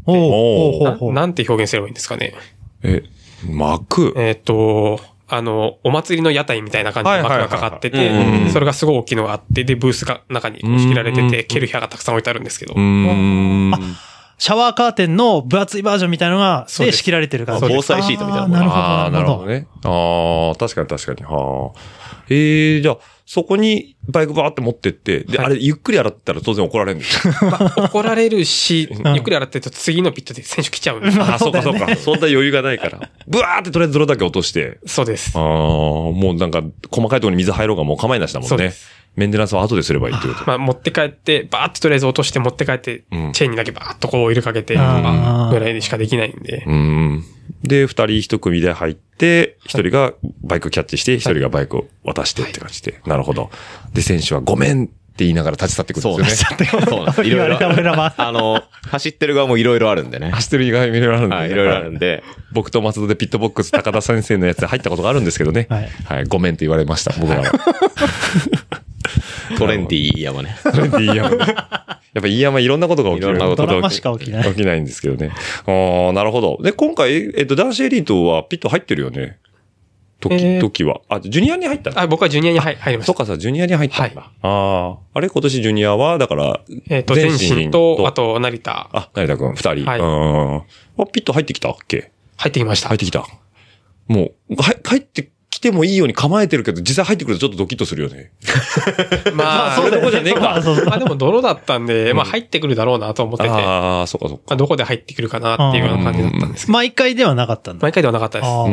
ほうほうほう
な
ほう。
なんて表現すればいいんですかね。
え、幕
えっ、と、あの、お祭りの屋台みたいな感じ
は
で
いはい
幕
はいは
が
い
かかって
うん
て、それがすごい大きいのがあって、で、ブースが中に仕切られ
う
て
ん
て、ケルヒャがたくさん置いてあるんですけど
うー、ん。
シャワーカーテンの分厚いバージョンみたいなのが、
そう
で
です
仕切られてる感じ。
あ防災シートみたいなもん
あーなるほど。
ああ、なるほど
ね。
ね。ああ、確かに確かに。はあ。ええじゃあ、そこにバイクバーって持ってって、で、
はい
あれ、ゆっくり洗ったら当然怒られるんですよ。
まあ、怒られるし、
ん
ゆっくり洗ってると次のピットで選手来ちゃうんで。
あ、そうかそうか。そんな余裕がないから。ブワーってとりあえず泥だけ落として。
そうです
ああ。、もうなんか、細かいところに水入ろうがもう構いなしだも
そ
ん
うで
ね。メンテナンスは後ですればいいってこと。
まあ、持って帰って、バーってとりあえず落として持って帰って、
うん
チェーンにだけバーっとこうオイルかけて、と
あ
か
ー
ぐらいでしかできないんで。
うん。で、二人一組で入って、一人がバイクキャッチして、一人がバイクを渡してって感じで。なるほど。で、選手はごめんって言いながら立ち去ってくるん
そう
で
ね。
すよね。
そうなんです。い
言
ろ
わ
い
れた
ろ。
俺らは。
あの、走ってる側もいろいろあるんでね。
走ってる以外見れられるんで、
はい、いろいろあるんで。
僕と松戸でピットボックス高田先生のやつで入ったことがあるんですけどね。は
はいい。
ごめんって言われました、僕らは。
トレンディー山ね。
それで飯 山。やっぱ飯山いろんなことが起きる。
いろんなこと
ドラマしか起きない
起きないんですけどね。あーなるほど。で、今回、えっと、男子エリートはピット入ってるよね。時、
えー
時は。あ、ジュニアに入ったの
あ僕はジュニアに入入りま
そ
し
っかさ、ジュニアに入ったんだ。ああ。あれ今年ジュニアは、だから、
た。えっ、と、
全
全
身
身
と
と、あと、成田、
あ、成田くん、二人。
はい
うん。あ、ピット入ってきたっけ
入ってきました。
入ってきた。もう、は入ってきてもいいように構えてるけど、実際入ってくるとちょっとドキッとするよね。
まあ、
そうだよねそういうとこじゃねえか
まあそう そう
まあでも泥だったんで、まあ入ってくるだろうなと思ってて、ま
ああ、そっかそっか。
あどこで入ってくるかなっていうような感じだったんですけど、
毎回ではなかったんだ。
毎回ではなかったです。
あ
う
ー
ー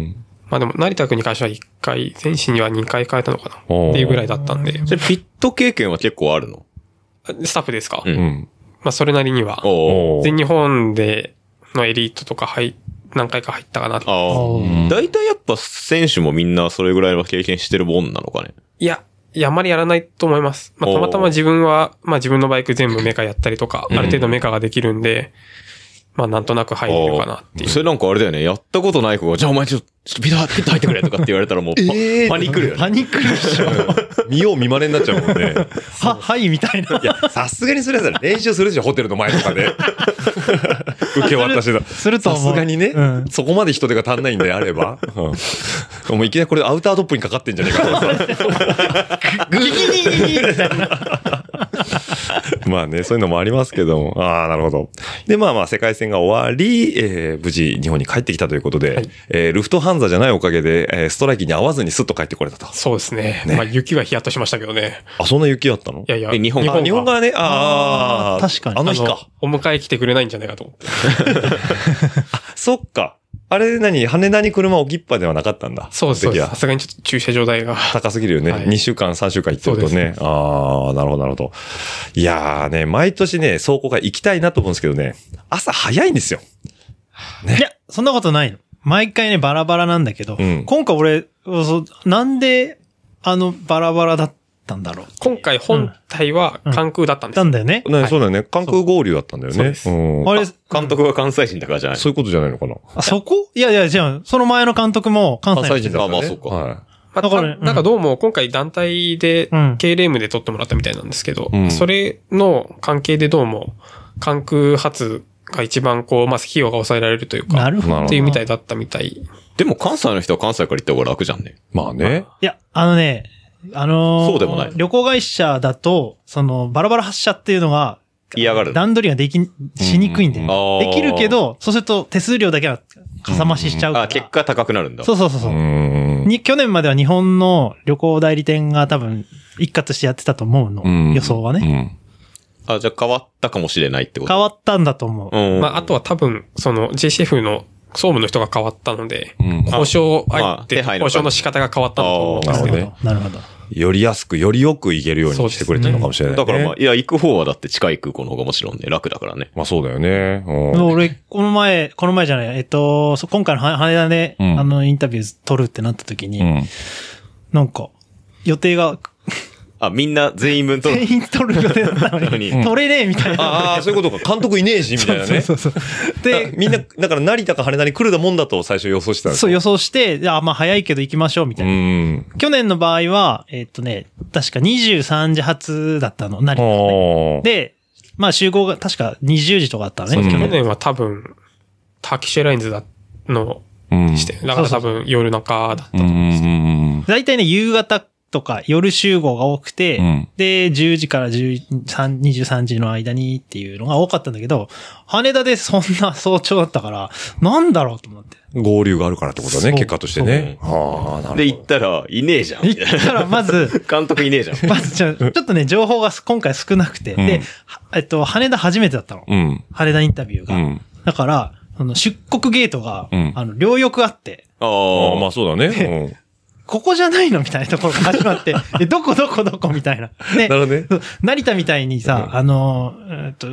ん。
まあでも、成田君に関しては1回、全身には2回変えたのかなっ
おー
ていうぐらいだったんで、
それ、ピット経験は結構あるの
スタッフですか、
うん
うん。
まあそれなりには、
お
お
ー
全日本でのエリートとか入、何回か入ったかな。
ああ。
うん
大体やっぱ選手もみんなそれぐらいは経験してるもんなのかね。
いや、いや、あまりやらないと思います。まあ
おー
たまたま自分は、まあ自分のバイク全部メカやったりとか、ある程度メカができるんで、まあなんとなく入れるかなっていう。
それなんかあれだよね。やったことない子が、じゃあお前ちょっと、ちょっとピットピット入ってくれとか って言われたらもうパ, 、パニックるよ
パ
ね。
ニックでしょ。
見よう見まねになっちゃうもんね。
は、はい、みたいな。
いや、さすがにそれはさ、練習するでしょ、ホテルの前とかで。受け渡しだ。
する
さ
と思う
すがにね、
うん
そこまで人手が足んないんであれば。うん、もういきなりこれアウタートップにかかってんじゃねえかと
ギギギギギみたいな。
まあね、そういうのもありますけども。ああ、なるほど。で、まあまあ、世界戦が終わり、えー無事日本に帰ってきたということで、えールフトハンザじゃないおかげで、えーストライキに合わずにスッと帰ってこれたと。
そうですね。
ね
まあ雪はヒヤッとしましたけどね。
あ、そんな雪だったの
いやいや、
え日本
あ日本側ね、ああ、
あー確かに
あ
あ
の
の
日か。
お迎え来てくれないんじゃないかと思って。
そっか。あれ何羽田に車置きっぱではなかったんだ。
そうですそうで
その時
す。さ
は
すがにちょっと駐車場代が。
高すぎるよね。
はい
2週間、3週間行ってると
そう
ね
で。
ああ、なるほど、なるほど。いやーね、毎年ね、倉庫会行きたいなと思うんですけどね、朝早いんですよ。
いや、そんなことないの。毎回ね、バラバラなんだけど、
うん
今回俺、そうなんで、あの、バラバラだったんだろう。
今回本体は関空だったんです
な
よ。
んだよね。
ね
はい
そうだよね。関空合流だったんだよ
そう
ね
で。
う
す
ん
あれ、
監督が関西人だからじゃない
そういうことじゃないのかな。
あそこいやいや、じゃあ、その前の監督も関
関西
西
人だから、ね。
あまあそうか
はい。
まあ
だから
たなんかどうも今回団体で
うん
KLM で撮ってもらったみたいなんですけど、
うん
それの関係でどうも関空発が一番こう、まあ費用が抑えられるというか、
なるほど。
っていうみたいだったみたい。
でも関西の人は関西から行った方が楽じゃんね。
まあね。
いや、あのね、あのー
そうでもない
旅行会社だと、その、バラバラ発車っていうのが、
嫌がる
段取りができ、しにくいんだよ
うんあ
ね。
ー
できるけど、そうすると手数料だけはかさ増ししちゃうから。
あ、結果高くなるんだ。
そうそうそう
う
そう。
ん。
に、去年までは日本の旅行代理店が多分、一括してやってたと思うの。
うん
予想はね。
あ、じゃあ変わったかもしれないってこと
変わったんだと思う。
うん。
まああとは多分、その JCF の総務の人が変わったので、
うん。うん。
交渉
ま
相
あ
手、
手配の
交渉の仕方が変わったんだと思うんですけ
あーなるほどね。
ど
なるほど。
より安く、よりよく行けるようにしてくれてるのかもしれない、ね
だからまあ、いや、行く方はだって近い空港の方がもちろんね、楽だからね。
まあそうだよね。うん
俺、この前、この前じゃない、えっと、そ今回のは羽田で、
うん
あの、インタビュー撮るってなった時に、
うん。
なんか、予定が、
あ、みんな全員分と。
全員撮る予定だったの に、
うん
撮れねえみたいな。
ああ、そういうことか。監督いねえし、みたいなね。
そうそうそう。
で、
で、
みんな、だから成田か羽田に来るだもんだと最初予想してたんです
そう
よ。
予想して、あ、まあ早いけど行きましょうみた
う
いな。
ん。
去年の場合は、えっとね、確か23時発だったの、成田のね
ああ。
で、まあ集合が確か20時とかだったのね、
そう
去
去
年。
年は多分、ターキッシュエアラインズだの
うん
して、だから多分夜中だ
うんうん
大体ね、夕方とか夜集合が多くて、
うん
で、10時から13 23時の間にっていうのが多かったんだけど、羽田でそんな早朝だったから、なんだろうと思って。
合流があるからってことだ
そ
ね、
う
結果としてね。はあ、なるほど。
で、行ったら、いねえじゃん。
行っ たら、まず、
監督いねえじゃん。
まずちょ、ちょっとね、情報が今回少なくて、
うん
で、はえっと、羽田初めてだったの。
うん。
羽田インタビュー
う
が。
ん。
だから、あの、出国ゲートが、
うん
あの、両翼あって、
あ
あ
あ、まあそうだね。
ここじゃないのみたいなところが始ま って、え、どこどこどこみたいな。
う
で
ん。な、るほどね。
そう成田みたいにさ、あの、えっと、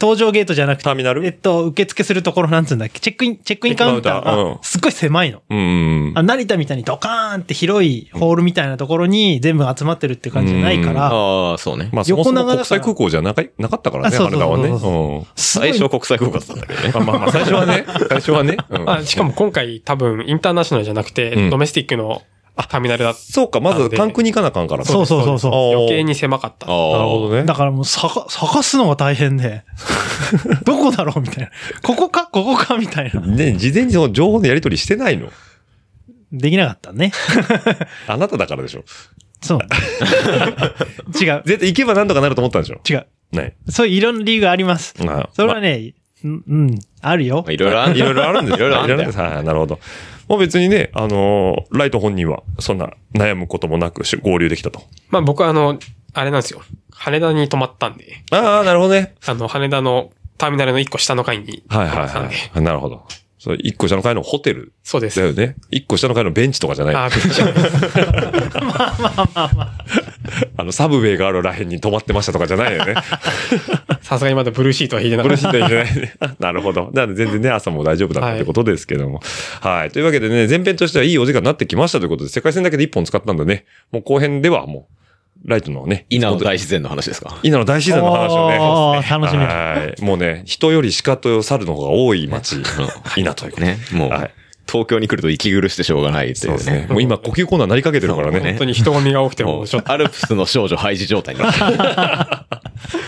搭乗ゲートじゃなくて、
ターミナル
えっと、受付するところなんつうんだっけ、チェックイン、チェックインカウンタ
チェッ
ー
クインカウンターう
が
ん、
すっごい狭いの。
うんうん
あ成田みたいにドカーンって広いホールみたいなところに全部集まってるって感じじゃないか
あ。
ら、
ああ、そうね。
まあそもそも
横長だから
国際空港じゃなかなかったから
あ
ね、
そう
羽
そ
田
う
はね。
そうそう
うん
すご
最
い
初は国際空港だったんだけどね。
まあまあまあ、最初は ね、最初はね。うん
あしかも今回多分インターナショナルじゃなく
うん
て、ドメスティックのターミナルだっ
そうか、まず関空に行かなあかんから。
そうそうそう
た。
そ
余計に狭かった。
あーなるほどね。
う。だからもう探探すのが大変 で、どこだろうみたいな。ここかここかみたいな。
ね、事前にその情報のやり取りしてないの。
できなかった ね。
あなただからでしょ。
そう。違う。
絶対行けばなんとかなると思ったんでしょ。
違う。
ね。
そういういろんな理由があります。
あ
それはね、うん、うん、あるよ
まあ。いろい ろあるん
いろいろあるんですよ。
いろいろある
いろいろあ
んだよ
るんですはい、なるほど。もう別にね、あのーライト本人は、そんな悩むこともなくし合流できたと。
まあ僕はあの、あれなんですよ。羽田に泊まったんで、
ああ、なるほどね。
あの、羽田のターミナルの一個下の階に泊
はい
ま
は
ったんで、
いはい。なるほど。そう、一個下の階のホテル
そうです
だ。よね。一個下の階のベンチとかじゃない。
あ
あ
ーびっくりした
の、サブウェイがあるらへんに泊まってましたとかじゃないよね。
さすがにまだブルーシートは引いてな
ブ
か
ルー
っ
シートにね。 なるほど。なので全然ね、朝も大丈夫だったってことですけども。はい、というわけでね、前編としてはいいお時間になってきましたということで、世界戦だけで一本使ったんだね。もう後編ではもう、ライトのね、
稲の大自然の話ですか。
稲の大自然の話をね。
おー楽しみ
はい。もうね、人より鹿と猿の方が多い町、稲ということで。
ね。もう
はい、
東京に来ると息苦してしょうがないってい
そう
う
ですね
ね。。
もう今、呼吸困難になりかけてるから
た。本
ね。
当に人混みが多くて
も
も、
う
ちょっと、
アルプスの少女廃止状態になってる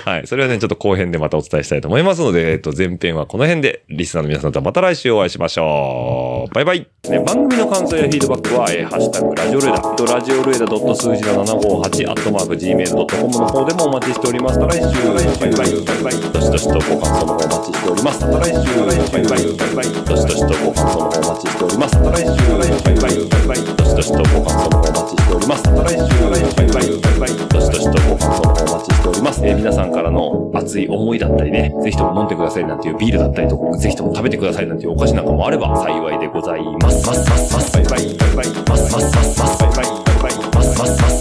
はい。それはね、ちょっと後編でまたお伝えしたいと思いますので、えっと、前編はこの辺で、リスナーの皆さんとはまた来週お会いしましょう。バイバイ。ね、番組の感想やフィードバックは、えーハッシュタグ、ラジオルエダ、えっとラジオルエダ数字の758、アットマーク、gmail.com の方でもお待ちしております。また来週、バイバイ、バイバイ、どしどしとご感想の方お待ちしております。また来週、バイバイ、バイバイ、どしどしとご感想の方お待ちしております。また来週、バイバイ、バイバイ、どしどしとご感想の方お待ちしております。また来週、バイバイ、バイバイ、どしどしとご感想の方お待ちしております。えー皆さんからの熱い思いだったりね、ぜひとも飲んでくださいなんていうビールだったりとか、ぜひとも食べてくださいなんていうお菓子なんかもあれば幸いでございます。ますますますバイバイ、バイバイ、ますますますますバイバイ、バイバイ、ますますます